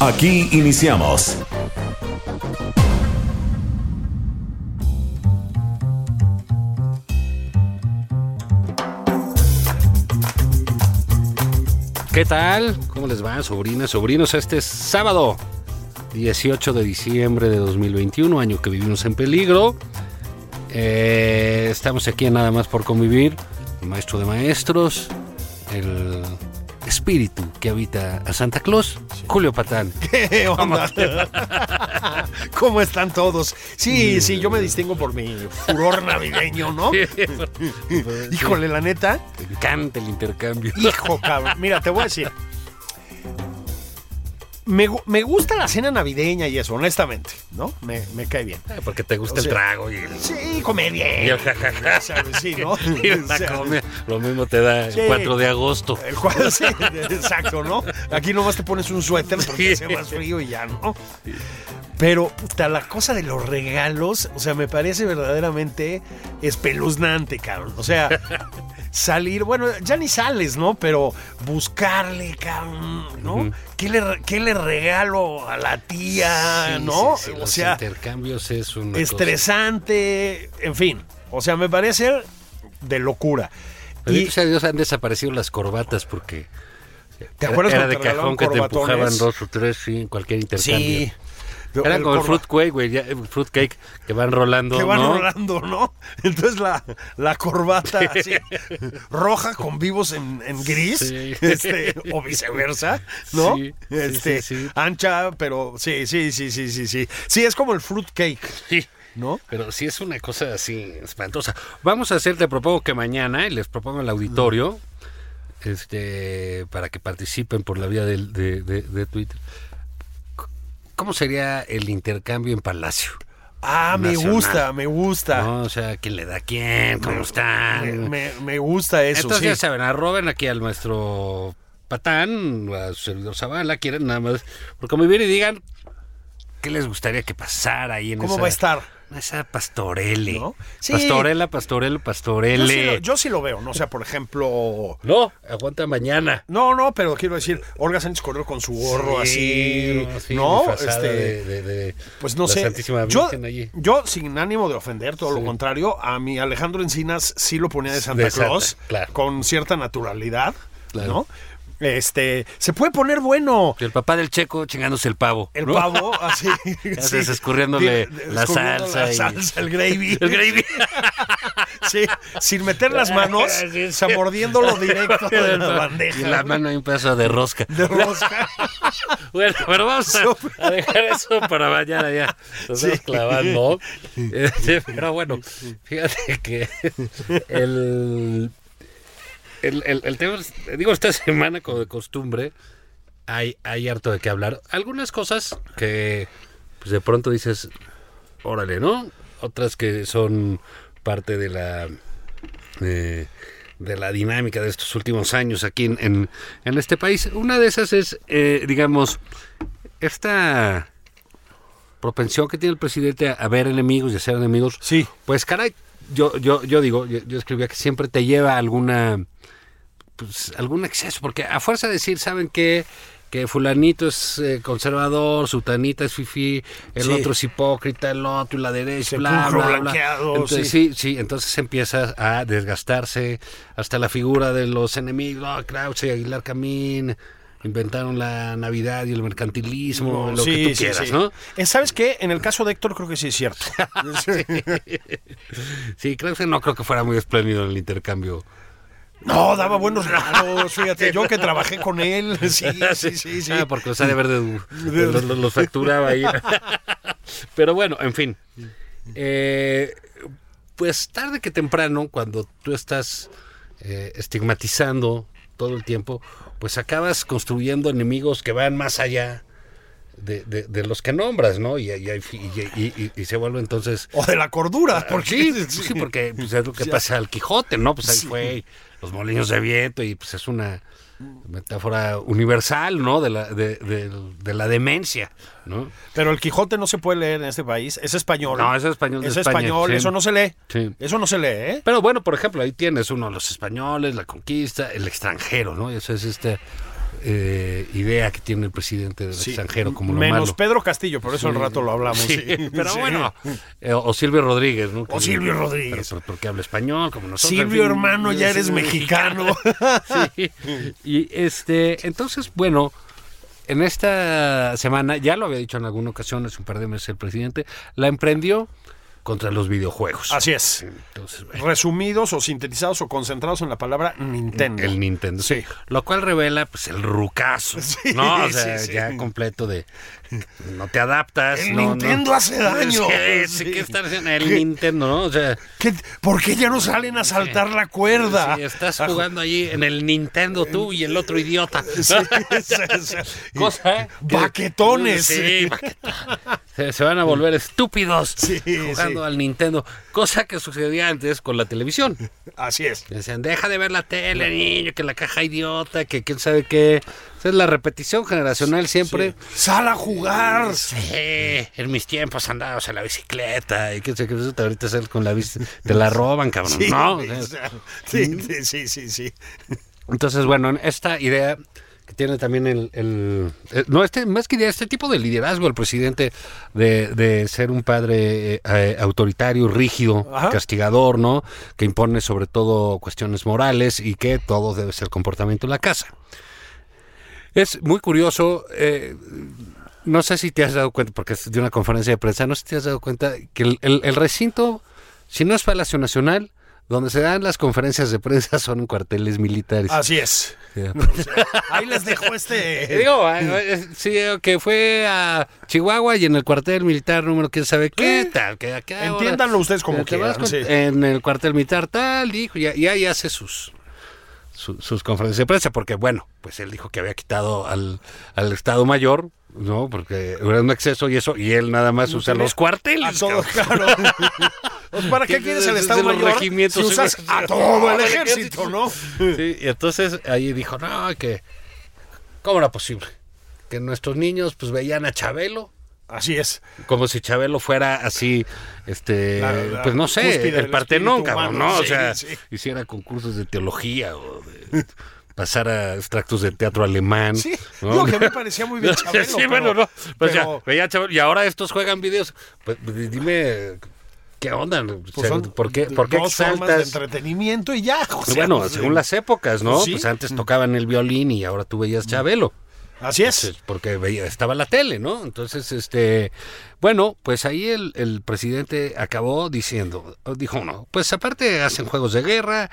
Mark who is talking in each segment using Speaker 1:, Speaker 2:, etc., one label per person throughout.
Speaker 1: Aquí iniciamos.
Speaker 2: ¿Qué tal? ¿Cómo les va, sobrinas, sobrinos? Este es sábado, 18 de diciembre de 2021, año que vivimos en peligro. Eh, estamos aquí en nada más por convivir, el maestro de maestros, el espíritu que habita a Santa Claus, Julio Patán.
Speaker 3: ¿Qué onda? ¿Cómo están todos? Sí, sí, yo me distingo por mi furor navideño, ¿no? Híjole, la neta.
Speaker 2: Te encanta el intercambio.
Speaker 3: Hijo, cabrón. Mira, te voy a decir. Me, gu- me gusta la cena navideña y eso, honestamente, ¿no? Me, me cae bien.
Speaker 2: Ah, Porque te gusta
Speaker 3: O
Speaker 2: el
Speaker 3: sea,
Speaker 2: trago y el...
Speaker 3: Sí, come bien.
Speaker 2: y el jajaja.
Speaker 3: ¿sabes? Sí, ¿no?
Speaker 2: Y la
Speaker 3: O sea,
Speaker 2: comida. Lo mismo te da el
Speaker 3: Sí.
Speaker 2: 4 de agosto.
Speaker 3: El cuadro, sí, exacto, ¿no? Aquí nomás te pones un suéter porque hace más frío y ya, ¿no? Pero, puta, la cosa de los regalos, o sea, me parece verdaderamente espeluznante, cabrón. O sea, salir, bueno, ya ni sales, ¿no? Pero buscarle, cabrón, ¿no? ¿Qué, le, re- qué le regalo a la tía,
Speaker 2: Sí,
Speaker 3: Ah, no?
Speaker 2: sí, sí,
Speaker 3: o
Speaker 2: los
Speaker 3: sea,
Speaker 2: intercambios es un
Speaker 3: estresante, en fin. O sea, me parece de locura. Y-
Speaker 2: Bendito sea Dios, han desaparecido las corbatas porque
Speaker 3: ¿Te acuerdas
Speaker 2: era
Speaker 3: cuando
Speaker 2: de
Speaker 3: te
Speaker 2: cajón
Speaker 3: regalaban
Speaker 2: que te
Speaker 3: corbatones?
Speaker 2: empujaban dos o tres sí, en cualquier intercambio.
Speaker 3: Sí.
Speaker 2: Era como el
Speaker 3: corba-
Speaker 2: fruitcake, güey, ya, el fruitcake que van rolando,
Speaker 3: Que van
Speaker 2: ¿no?
Speaker 3: rolando, ¿no? Entonces la, la corbata así, roja con vivos en, en gris,
Speaker 2: Sí.
Speaker 3: este, o viceversa, ¿no?
Speaker 2: Sí, sí,
Speaker 3: este,
Speaker 2: sí, sí.
Speaker 3: Ancha, pero sí, sí, sí, sí, sí, sí. Sí, es como el fruitcake,
Speaker 2: Sí.
Speaker 3: ¿no?
Speaker 2: Pero sí es una cosa así espantosa. Vamos a hacer, te propongo que mañana, y les propongo al auditorio, este, para que participen por la vía del- de, de- de Twitter. C- ¿Cómo sería el intercambio en Palacio?
Speaker 3: Ah, me
Speaker 2: Nacional.
Speaker 3: gusta, me gusta.
Speaker 2: ¿No? O sea, ¿quién le da a quién? ¿Cómo están?
Speaker 3: Me, me- me gusta eso,
Speaker 2: Entonces ya
Speaker 3: sí.
Speaker 2: saben, arroben aquí al nuestro patán, a su servidor Zavala, quieren nada más, porque me vienen y digan qué les gustaría que pasara ahí en
Speaker 3: ¿Cómo
Speaker 2: esa-
Speaker 3: va a estar?
Speaker 2: en Esa pastorele.
Speaker 3: ¿No? Sí.
Speaker 2: Pastorela, pastorelo,
Speaker 3: Yo sí, lo,
Speaker 2: pastorele.
Speaker 3: yo sí lo veo, ¿no? O sea, por ejemplo...
Speaker 2: No, aguanta mañana.
Speaker 3: No, no, pero quiero decir, Olga Sánchez Cordero con su gorro
Speaker 2: Sí,
Speaker 3: así,
Speaker 2: sí,
Speaker 3: ¿no?
Speaker 2: disfrazada
Speaker 3: Este,
Speaker 2: de- de- de
Speaker 3: Pues no
Speaker 2: la
Speaker 3: sé.
Speaker 2: Santísima
Speaker 3: yo,
Speaker 2: Virgen allí.
Speaker 3: yo, sin ánimo de ofender, todo lo contrario, a mi Alejandro Encinas sí lo ponía de Santa
Speaker 2: De Santa,
Speaker 3: Claus
Speaker 2: claro.
Speaker 3: con cierta naturalidad,
Speaker 2: Claro.
Speaker 3: ¿no? Este, se puede poner bueno.
Speaker 2: Y El papá del checo chingándose el pavo.
Speaker 3: El
Speaker 2: ¿no?
Speaker 3: pavo, así.
Speaker 2: sabes, escurriéndole la
Speaker 3: escurriendo
Speaker 2: salsa
Speaker 3: la
Speaker 2: y-
Speaker 3: salsa, el gravy.
Speaker 2: El gravy.
Speaker 3: Sí, sin meter las manos,
Speaker 2: Sí,
Speaker 3: o
Speaker 2: sí.
Speaker 3: sea, mordiéndolo directo de la
Speaker 2: Y
Speaker 3: bandeja.
Speaker 2: en la mano hay un pedazo de rosca.
Speaker 3: De rosca.
Speaker 2: Bueno, pero vamos a, a dejar eso para mañana ya. Nos estamos clavando. Este, pero bueno, fíjate que el, el, el- el tema, es- digo, esta semana como de costumbre, hay, hay harto de qué hablar. Algunas cosas que pues de pronto dices, órale, ¿no? Otras que son parte de la... eh, de la dinámica de estos últimos años aquí en, en- en este país. Una de esas es, eh, digamos, esta propensión que tiene el presidente a, a ver enemigos y a ser enemigos.
Speaker 3: Sí.
Speaker 2: Pues caray, yo, yo, yo digo, yo, yo escribía que siempre te lleva a alguna pues, algún exceso, porque a fuerza de decir, ¿saben qué? Que fulanito es eh, conservador, sutanita es fifí, el
Speaker 3: Sí.
Speaker 2: otro es hipócrita, el otro y la derecha, bla,
Speaker 3: Sepulcro
Speaker 2: bla, bla.
Speaker 3: blanqueado,
Speaker 2: Entonces, sí. sí, entonces empieza a desgastarse hasta la figura de los enemigos, ah, Krause y Aguilar Camín, inventaron la Navidad y el mercantilismo, lo que tú quieras,
Speaker 3: sí.
Speaker 2: ¿no?
Speaker 3: Eh, ¿Sabes qué? En el caso de Héctor creo que sí es cierto. Sí.
Speaker 2: Sí, Krause no creo que fuera muy espléndido en el intercambio
Speaker 3: No, daba buenos regalos, fíjate, yo que trabajé con él, sí, sí, sí, sí.
Speaker 2: Ah, porque los ha de ver de- de- los, los- los facturaba ahí. Pero bueno, en fin. Eh, pues tarde que temprano, cuando tú estás eh, estigmatizando todo el tiempo, pues acabas construyendo enemigos que van más allá de, de- de los que nombras, ¿no? Y, y- y- y- y- y se vuelve entonces
Speaker 3: O de la cordura,
Speaker 2: ¿Por
Speaker 3: porque
Speaker 2: Ah, sí, sí, porque pues, es lo que pasa al Quijote, ¿no? Pues ahí fue los molinos de viento y pues es una metáfora universal, ¿no? De la, de, de- de la demencia, ¿no?
Speaker 3: Pero el Quijote no se puede leer en este país, es español.
Speaker 2: No, es español de
Speaker 3: Es
Speaker 2: España,
Speaker 3: español,
Speaker 2: sí.
Speaker 3: eso no se lee.
Speaker 2: Sí.
Speaker 3: Eso no se lee, ¿eh?
Speaker 2: Pero bueno, por ejemplo, ahí tienes uno de los españoles, la conquista, el extranjero, ¿no? Y Esa es esta eh, idea que tiene el presidente del extranjero como lo
Speaker 3: Menos
Speaker 2: malo.
Speaker 3: Pedro Castillo, por eso al rato lo hablamos.
Speaker 2: Sí,
Speaker 3: sí.
Speaker 2: pero
Speaker 3: Sí.
Speaker 2: bueno, eh, o Silvio Rodríguez, ¿no? Que-
Speaker 3: Silvio Rodríguez.
Speaker 2: pero- pero porque habla español, como nosotros. en
Speaker 3: Silvio,
Speaker 2: fin.
Speaker 3: hermano, ya eres
Speaker 2: Sí.
Speaker 3: mexicano.
Speaker 2: Sí. Y este, entonces, bueno, en esta semana, ya lo había dicho en alguna ocasión, hace un par de meses el presidente, la emprendió contra los videojuegos.
Speaker 3: Así es.
Speaker 2: Entonces, bueno,
Speaker 3: Resumidos o sintetizados o concentrados en la palabra Nintendo.
Speaker 2: el Nintendo. Sí. Lo cual revela, pues, el rucazo.
Speaker 3: Sí,
Speaker 2: ¿no? O sea,
Speaker 3: sí, sí.
Speaker 2: ya completo de. No te adaptas.
Speaker 3: El
Speaker 2: no, no.
Speaker 3: Nintendo hace daño.
Speaker 2: Sí, sí,
Speaker 3: Sí.
Speaker 2: ¿qué estás haciendo? El
Speaker 3: ¿Qué?
Speaker 2: Nintendo, ¿no? O sea.
Speaker 3: ¿Qué- ¿Por qué ya no salen a saltar la cuerda?
Speaker 2: sí, estás jugando allí en el Nintendo tú y el otro idiota.
Speaker 3: ah. Sí, sí, sí.
Speaker 2: Cosa que-
Speaker 3: Baquetones.
Speaker 2: Sí, baqueta- se, se van a volver estúpidos
Speaker 3: Sí,
Speaker 2: jugando
Speaker 3: sí.
Speaker 2: al Nintendo. Cosa que sucedía antes con la televisión.
Speaker 3: Así es.
Speaker 2: Decían, deja de ver la tele, niño, que la caja idiota, que quién sabe qué. Esa es la repetición generacional siempre.
Speaker 3: Sal a jugar.
Speaker 2: "Eh, en mis tiempos andábamos en la bicicleta y qué sé qué. Eso te- ahorita sales con la bici, te la roban, cabrón.
Speaker 3: Sí,
Speaker 2: ¿no? O
Speaker 3: sí,
Speaker 2: sea,
Speaker 3: sí, sí, sí, sí.
Speaker 2: Entonces, bueno, esta idea que tiene también el, el- eh, no este más que idea este tipo de liderazgo el presidente de, de ser un padre eh, eh, autoritario rígido
Speaker 3: Ajá.
Speaker 2: castigador no que impone sobre todo cuestiones morales y que todo debe ser comportamiento en la casa es muy curioso eh, no sé si te has dado cuenta porque es de una conferencia de prensa no sé si te has dado cuenta que el, el- el recinto si no es Palacio Nacional donde se dan las conferencias de prensa son en cuarteles militares
Speaker 3: Así es.
Speaker 2: Sí.
Speaker 3: Ahí les dejo este.
Speaker 2: Eh, Digo, eh, eh, sí, eh, que fue a Chihuahua y en el cuartel militar número quién sabe qué, tal, que acá ahora-
Speaker 3: Eh, Entiéndanlo ustedes como
Speaker 2: Eh, te vas
Speaker 3: quieran,
Speaker 2: con-
Speaker 3: sí.
Speaker 2: En el cuartel militar tal, dijo, y, y ahí hace sus, su- sus conferencias de prensa, porque bueno, pues él dijo que había quitado al, al Estado Mayor, ¿no? Porque era un exceso y eso, y él nada más usa los cuarteles.
Speaker 3: A todo,
Speaker 2: cabrón.
Speaker 3: claro. Pues, ¿Para qué quieres el
Speaker 2: De- de
Speaker 3: Estado
Speaker 2: los
Speaker 3: Mayor si
Speaker 2: regimientos, sí,
Speaker 3: usas
Speaker 2: güey.
Speaker 3: a todo el ejército, no?
Speaker 2: Sí, y entonces ahí dijo, no, que ¿cómo era posible? Que nuestros niños pues veían a Chabelo
Speaker 3: Así es.
Speaker 2: como si Chabelo fuera así, este,
Speaker 3: La- la
Speaker 2: pues no
Speaker 3: cúspide
Speaker 2: sé,
Speaker 3: del
Speaker 2: el Partenón,
Speaker 3: espíritu
Speaker 2: cabrón,
Speaker 3: humano,
Speaker 2: ¿no? o
Speaker 3: sí,
Speaker 2: sea,
Speaker 3: sí.
Speaker 2: hiciera concursos de teología o de pasar a extractos de teatro alemán.
Speaker 3: Sí,
Speaker 2: ¿no?
Speaker 3: digo que a mí me parecía muy bien
Speaker 2: Sí,
Speaker 3: Chabelo,
Speaker 2: sí,
Speaker 3: pero-
Speaker 2: bueno, no. Pues ya,
Speaker 3: pero-
Speaker 2: veía a Chabelo, y ahora estos juegan videos. Pues, pues, dime, ¿qué onda? O sea,
Speaker 3: Pues son
Speaker 2: ¿Por qué, por qué
Speaker 3: dos formas de
Speaker 2: exaltas?
Speaker 3: entretenimiento y ya. o sea,
Speaker 2: Bueno,
Speaker 3: pues,
Speaker 2: según las épocas, ¿no?
Speaker 3: Sí. Mm.
Speaker 2: Pues antes tocaban el violín y ahora tú veías Chabelo.
Speaker 3: Así es.
Speaker 2: Entonces, Pues, porque veía, estaba la tele, ¿no? Entonces, este, bueno, pues ahí el, el presidente acabó diciendo, dijo, no, pues aparte hacen juegos de guerra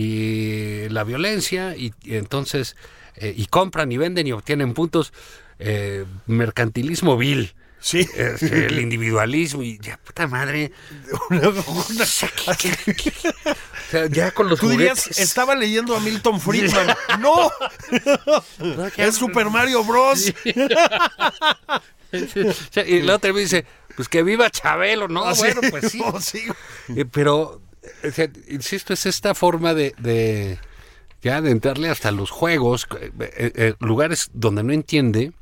Speaker 2: y la violencia y, y entonces, eh, y compran y venden y obtienen puntos, eh, mercantilismo vil.
Speaker 3: Sí.
Speaker 2: Este, el individualismo y ya puta madre. O sea, ¿qué- qué- qué? O sea, ya con los
Speaker 3: Tú dirías,
Speaker 2: juguetes.
Speaker 3: estaba leyendo a Milton Friedman. ¡No! es Super Mario Bros.
Speaker 2: O sea, y la otra vez dice, pues que viva Chabelo, ¿no?
Speaker 3: Así-
Speaker 2: bueno, pues sí.
Speaker 3: Ah, no, sí.
Speaker 2: Eh, pero, o sea, insisto, es esta forma de, de ya de entrarle hasta los juegos, eh, eh, eh, lugares donde no entiende.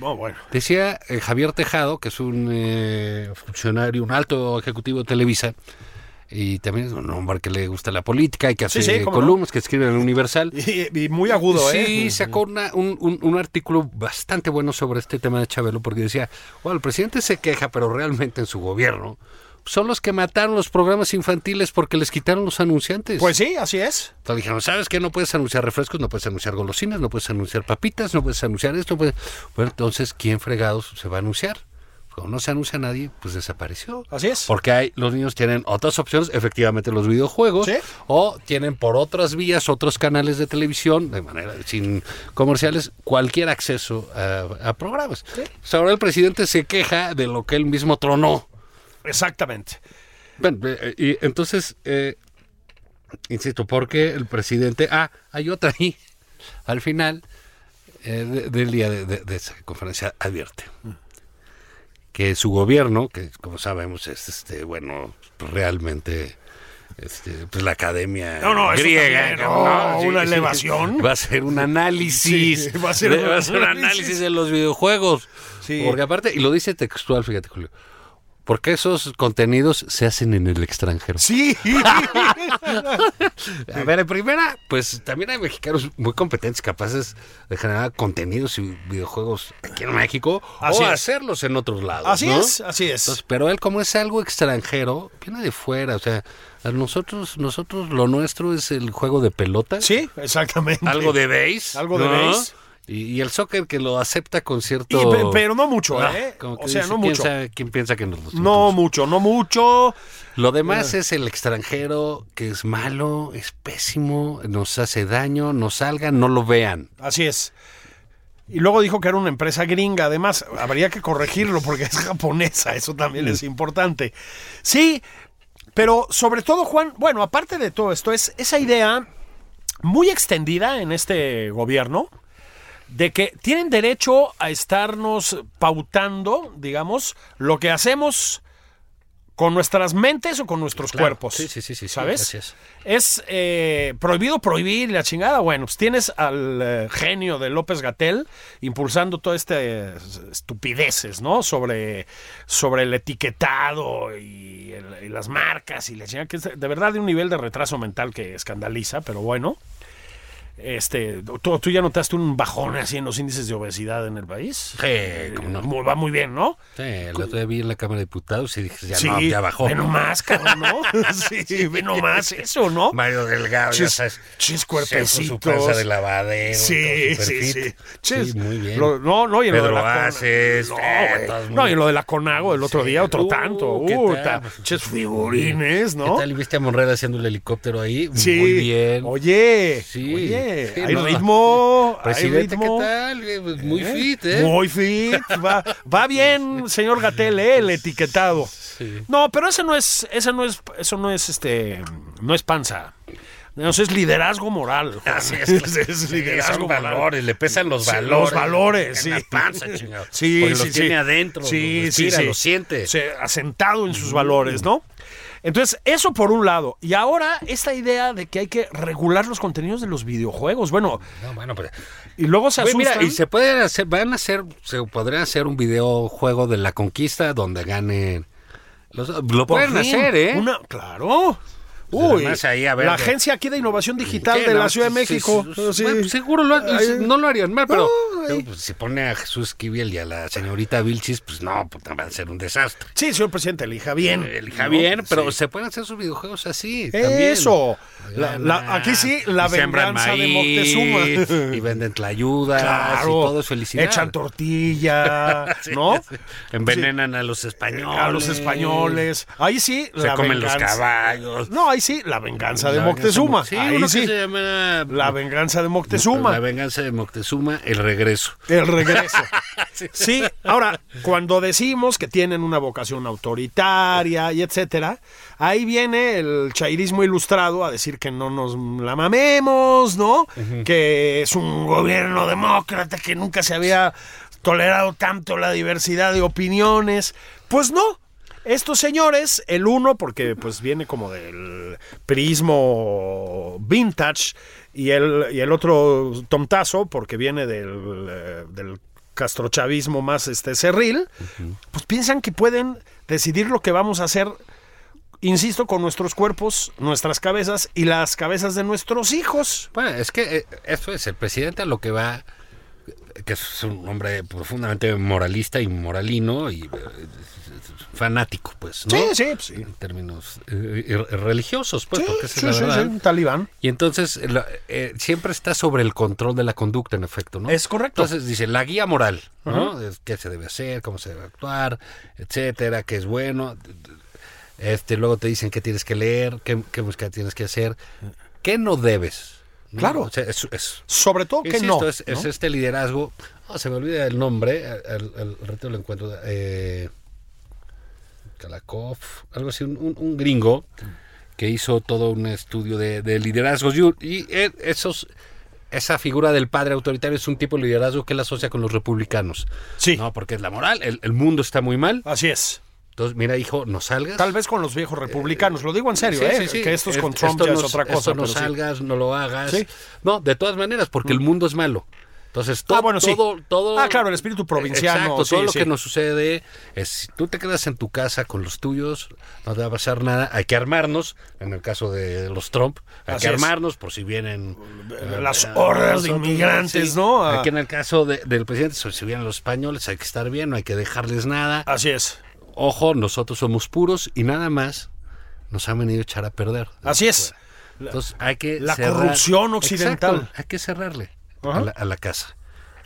Speaker 3: No, bueno.
Speaker 2: Decía eh, Javier Tejado, que es un eh, funcionario, un alto ejecutivo de Televisa, y también es un hombre que le gusta la política y que hace
Speaker 3: Sí, sí, cómo no.
Speaker 2: columnas, que escribe en el Universal.
Speaker 3: Y, y muy agudo, ¿eh?
Speaker 2: Sí, sacó una- un, un- un artículo bastante bueno sobre este tema de Chabelo, porque decía, bueno, el presidente se queja, pero realmente en su gobierno son los que mataron los programas infantiles porque les quitaron los anunciantes.
Speaker 3: Pues sí, así es.
Speaker 2: Entonces dijeron, ¿sabes qué? No puedes anunciar refrescos, no puedes anunciar pues". golosinas, no puedes anunciar papitas, no puedes anunciar esto. no puedes-". Bueno, entonces, ¿quién fregados se va a anunciar? como no se anuncia a nadie, pues desapareció.
Speaker 3: Así es.
Speaker 2: Porque hay, los niños tienen otras opciones, efectivamente los videojuegos,
Speaker 3: Sí.
Speaker 2: o tienen por otras vías, otros canales de televisión, de manera sin comerciales, cualquier acceso a, a programas. Pues ahora el presidente se queja de lo que él mismo tronó.
Speaker 3: Exactamente.
Speaker 2: Bueno, eh, y entonces, eh, insisto, porque el presidente. Ah, hay otra ahí, al final eh, de- del día de, de- de esa conferencia, advierte que su gobierno, que como sabemos es, este, bueno, realmente. este, pues la academia
Speaker 3: No, no, eso
Speaker 2: griega
Speaker 3: también,
Speaker 2: ¿no?
Speaker 3: no, una elevación.
Speaker 2: va a ser un análisis
Speaker 3: Sí, va a ser
Speaker 2: de-
Speaker 3: un
Speaker 2: va a ser un análisis
Speaker 3: análisis.
Speaker 2: de los videojuegos
Speaker 3: Sí.
Speaker 2: porque aparte y lo dice textual fíjate Julio porque esos contenidos se hacen en el extranjero.
Speaker 3: Sí.
Speaker 2: A ver, en primera, pues también hay mexicanos muy competentes, capaces de generar contenidos y videojuegos aquí en México
Speaker 3: Así
Speaker 2: o
Speaker 3: es.
Speaker 2: hacerlos en otros lados.
Speaker 3: Así
Speaker 2: ¿no?
Speaker 3: es, así es.
Speaker 2: Entonces, pero él como es algo extranjero, viene de fuera, o sea, a nosotros, nosotros lo nuestro es el juego de pelota,
Speaker 3: sí, exactamente.
Speaker 2: algo de base,
Speaker 3: Algo de
Speaker 2: ¿no?
Speaker 3: base.
Speaker 2: Y, y el soccer que lo acepta con
Speaker 3: Y
Speaker 2: cierto...
Speaker 3: pe- pero no mucho,
Speaker 2: Ah,
Speaker 3: ¿eh?
Speaker 2: como que
Speaker 3: o sea,
Speaker 2: dice,
Speaker 3: no
Speaker 2: ¿quién
Speaker 3: mucho.
Speaker 2: sabe ¿Quién piensa que nos los
Speaker 3: No mucho, no mucho.
Speaker 2: lo demás es el extranjero que es malo, es pésimo, nos hace daño, no salgan, no lo vean.
Speaker 3: Así es. Y luego dijo que era una empresa gringa. Además, habría que corregirlo porque es japonesa. Eso también es importante. Sí, pero sobre todo, Juan, bueno, aparte de todo esto, es esa idea muy extendida en este gobierno de que tienen derecho a estarnos pautando, digamos, lo que hacemos con nuestras mentes o con nuestros
Speaker 2: Claro.
Speaker 3: cuerpos.
Speaker 2: Sí, sí, sí, sí, sí,
Speaker 3: ¿Sabes?
Speaker 2: así es.
Speaker 3: Es eh, prohibido prohibir la chingada. Bueno, pues tienes al eh, genio de López Gatel impulsando todas estas estupideces, ¿no? Sobre, sobre el etiquetado y, el- y las marcas y la chingada, que es de verdad de un nivel de retraso mental que escandaliza, pero bueno. Este, ¿tú, tú ya notaste un bajón así en los índices de obesidad en el país?
Speaker 2: Sí, Eh, cómo no.
Speaker 3: Muy- va muy bien, ¿no?
Speaker 2: Sí, el otro día vi en la Cámara de Diputados y dije, ya
Speaker 3: sí,
Speaker 2: no, ya bajó.
Speaker 3: Ve nomás, cabrón, ¿no? sí, ve nomás eso, ¿no?
Speaker 2: Mario Delgado, ya
Speaker 3: Chis-
Speaker 2: sabes.
Speaker 3: chis
Speaker 2: se puso Su
Speaker 3: cuerpecitos.
Speaker 2: panza de lavadero.
Speaker 3: Sí,
Speaker 2: todo
Speaker 3: sí,
Speaker 2: superfit.
Speaker 3: sí.
Speaker 2: Sí, muy bien.
Speaker 3: Lo- no, no, y en lo
Speaker 2: Pedro
Speaker 3: de la Con-
Speaker 2: Aces,
Speaker 3: no,
Speaker 2: eh,
Speaker 3: güey.
Speaker 2: todos muy-
Speaker 3: No, y lo de la Conago el otro
Speaker 2: Sí.
Speaker 3: día, otro
Speaker 2: Uh,
Speaker 3: tanto.
Speaker 2: ¿qué
Speaker 3: Uh,
Speaker 2: tal?
Speaker 3: ta- ches figurines, ¿no?
Speaker 2: ¿Qué tal? ¿Y viste a Monreal haciendo el helicóptero ahí?
Speaker 3: Sí.
Speaker 2: Muy bien.
Speaker 3: Oye,
Speaker 2: Sí.
Speaker 3: oye,
Speaker 2: Sí,
Speaker 3: hay
Speaker 2: no.
Speaker 3: ritmo, hay
Speaker 2: Presidente, ¿qué
Speaker 3: ritmo.
Speaker 2: tal? Eh, pues, Muy
Speaker 3: ¿eh?
Speaker 2: fit, ¿eh?
Speaker 3: Muy fit, va, va bien, señor Gatel, ¿eh? el etiquetado.
Speaker 2: Sí.
Speaker 3: No, pero ese no es, ese no es, eso no es este, no es panza. No, eso es liderazgo moral. Juan.
Speaker 2: Así es,
Speaker 3: es liderazgo
Speaker 2: son
Speaker 3: moral.
Speaker 2: valores, le pesan los
Speaker 3: Sí,
Speaker 2: valores.
Speaker 3: Los valores,
Speaker 2: en
Speaker 3: sí.
Speaker 2: la panza, chingado.
Speaker 3: Sí,
Speaker 2: Porque
Speaker 3: sí,
Speaker 2: los
Speaker 3: sí.
Speaker 2: tiene adentro,
Speaker 3: Sí,
Speaker 2: los
Speaker 3: sí,
Speaker 2: respira,
Speaker 3: sí.
Speaker 2: los siente.
Speaker 3: Sí, asentado en sus valores, ¿no? Entonces, eso por un lado. Y ahora, esta idea de que hay que regular los contenidos de los videojuegos. Bueno,
Speaker 2: No, bueno, pero-
Speaker 3: y luego se
Speaker 2: Oye,
Speaker 3: asustan.
Speaker 2: mira, y se pueden hacer, van a hacer, se podrían hacer un videojuego de la conquista donde ganen. los- lo
Speaker 3: Por
Speaker 2: pueden
Speaker 3: fin,
Speaker 2: hacer, ¿eh?
Speaker 3: una- claro.
Speaker 2: Pues
Speaker 3: Uy,
Speaker 2: además ahí, a ver,
Speaker 3: la
Speaker 2: de-
Speaker 3: agencia aquí de innovación digital
Speaker 2: Sí,
Speaker 3: de
Speaker 2: no,
Speaker 3: la Ciudad de
Speaker 2: sí,
Speaker 3: México.
Speaker 2: sí, sí,
Speaker 3: Sí.
Speaker 2: bueno, pues, seguro lo, ha-
Speaker 3: Ay,
Speaker 2: no lo harían mal, pero
Speaker 3: ay.
Speaker 2: eh, pues, si pone a Jesús Kiviel y a la señorita Vilchis, pues no, pues, va a ser un desastre.
Speaker 3: Sí, señor presidente, elija bien.
Speaker 2: Elija
Speaker 3: ¿no?
Speaker 2: bien, pero
Speaker 3: Sí.
Speaker 2: se pueden hacer sus videojuegos así. también.
Speaker 3: Eso. La-
Speaker 2: Oigan,
Speaker 3: la-
Speaker 2: ah,
Speaker 3: aquí sí, la
Speaker 2: y sembran
Speaker 3: venganza de
Speaker 2: maíz,
Speaker 3: Moctezuma.
Speaker 2: Y venden tlayudas y todo es felicidad.
Speaker 3: Echan tortilla,
Speaker 2: Sí,
Speaker 3: ¿no?
Speaker 2: sí. Envenenan a los españoles.
Speaker 3: A los españoles. Ahí sí,
Speaker 2: Se
Speaker 3: la
Speaker 2: comen
Speaker 3: venganza.
Speaker 2: los caballos.
Speaker 3: No, ahí sí, la venganza de
Speaker 2: La
Speaker 3: Moctezuma.
Speaker 2: Sí,
Speaker 3: ahí
Speaker 2: uno
Speaker 3: sí,
Speaker 2: que se llama...
Speaker 3: la venganza de
Speaker 2: La
Speaker 3: Moctezuma.
Speaker 2: venganza de Moctezuma, el regreso.
Speaker 3: El regreso. Sí, ahora, cuando decimos que tienen una vocación autoritaria y etcétera, ahí viene el chairismo ilustrado a decir que no nos la mamemos, ¿no? Que es un gobierno demócrata que nunca se había tolerado tanto la diversidad de opiniones. Pues no. Estos señores, el uno, porque pues viene como del prismo vintage, y el, y el otro tomtazo, porque viene del, eh, del castrochavismo más este cerril, pues piensan que pueden decidir lo que vamos a hacer, insisto, con nuestros cuerpos, nuestras cabezas y las cabezas de nuestros hijos.
Speaker 2: Bueno, es que eh, eso es, el presidente a lo que va, que es un hombre profundamente moralista y moralino, y eh, fanático, pues, ¿no?
Speaker 3: Sí, sí, pues, sí.
Speaker 2: En términos eh, ir- religiosos, pues,
Speaker 3: Sí,
Speaker 2: porque esa es
Speaker 3: sí,
Speaker 2: la
Speaker 3: sí,
Speaker 2: verdad.
Speaker 3: sí, un talibán.
Speaker 2: Y entonces la- eh, siempre está sobre el control de la conducta, en efecto, ¿no?
Speaker 3: Es correcto.
Speaker 2: Entonces dice la guía moral, ¿no? Es qué se debe hacer, cómo se debe actuar, etcétera, qué es bueno. Este, luego te dicen qué tienes que leer, qué, qué música tienes que hacer, qué no debes. ¿no?
Speaker 3: Claro.
Speaker 2: O sea, es, es-
Speaker 3: Sobre todo que
Speaker 2: insisto,
Speaker 3: no.
Speaker 2: es, es este liderazgo. Ah, se me olvida el nombre, al, al- al rato lo encuentro. eh, Kalakov, algo así, un, un- un gringo que hizo todo un estudio de, de liderazgos. Y, y e- esos, esa figura del padre autoritario es un tipo de liderazgo que él asocia con los republicanos.
Speaker 3: Sí.
Speaker 2: No, porque es la moral, el, el mundo está muy mal.
Speaker 3: Así es.
Speaker 2: Entonces, mira, hijo, no salgas.
Speaker 3: Tal vez con los viejos republicanos, lo digo en serio,
Speaker 2: Sí,
Speaker 3: ¿eh?
Speaker 2: sí, sí.
Speaker 3: Que estos con
Speaker 2: Esto
Speaker 3: Trump ya
Speaker 2: no-
Speaker 3: es otra cosa.
Speaker 2: esto no
Speaker 3: pero sí.
Speaker 2: salgas, no lo hagas.
Speaker 3: Sí. Mm.
Speaker 2: No, de todas maneras, porque el mundo es malo. Entonces, to-
Speaker 3: Ah, bueno, sí.
Speaker 2: todo, todo- Eh,
Speaker 3: Ah, claro, el espíritu provinciano,
Speaker 2: Exacto,
Speaker 3: sí,
Speaker 2: todo lo
Speaker 3: sí.
Speaker 2: que nos sucede es si tú te quedas en tu casa con los tuyos, no te va a pasar nada. Hay que armarnos, en el caso de los Trump, hay
Speaker 3: Así
Speaker 2: que
Speaker 3: es.
Speaker 2: armarnos por si vienen eh,
Speaker 3: Las
Speaker 2: eh,
Speaker 3: hordas de
Speaker 2: nosotros,
Speaker 3: inmigrantes, ¿no? Ah.
Speaker 2: Aquí en el caso de- del presidente, si vienen los españoles, hay que estar bien, no hay que dejarles nada
Speaker 3: Así es.
Speaker 2: ojo, nosotros somos puros y nada más nos han venido a echar a perder.
Speaker 3: Así es.
Speaker 2: Pues, Entonces hay que
Speaker 3: La corrupción occidental.
Speaker 2: Exacto, hay que cerrarle
Speaker 3: Ajá.
Speaker 2: a la, a la casa.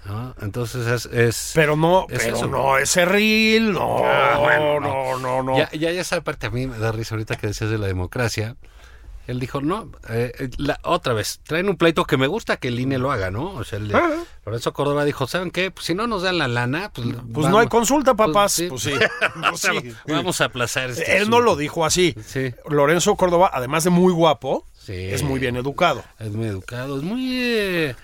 Speaker 2: ¿no? Entonces es, es-
Speaker 3: Pero no,
Speaker 2: es
Speaker 3: pero
Speaker 2: eso.
Speaker 3: no es serril, no,
Speaker 2: Ah, bueno,
Speaker 3: no, no, no.
Speaker 2: Ya, ya, ya esa parte a mí me da risa ahorita que decías de la democracia. Él dijo, no, eh, eh, la, otra vez, traen un pleito que me gusta que el INE lo haga, ¿no? O sea, el de-
Speaker 3: Ah.
Speaker 2: Lorenzo Córdoba dijo, ¿saben qué? Pues si no nos dan la lana, pues...
Speaker 3: Pues no hay consulta, papás.
Speaker 2: sí.
Speaker 3: Pues sí.
Speaker 2: O sea, Vamos a aplazar este
Speaker 3: Él no
Speaker 2: asunto.
Speaker 3: lo dijo así.
Speaker 2: Sí.
Speaker 3: Lorenzo Córdoba, además de muy guapo,
Speaker 2: Sí.
Speaker 3: es muy bien educado.
Speaker 2: Es muy educado, es muy... eh,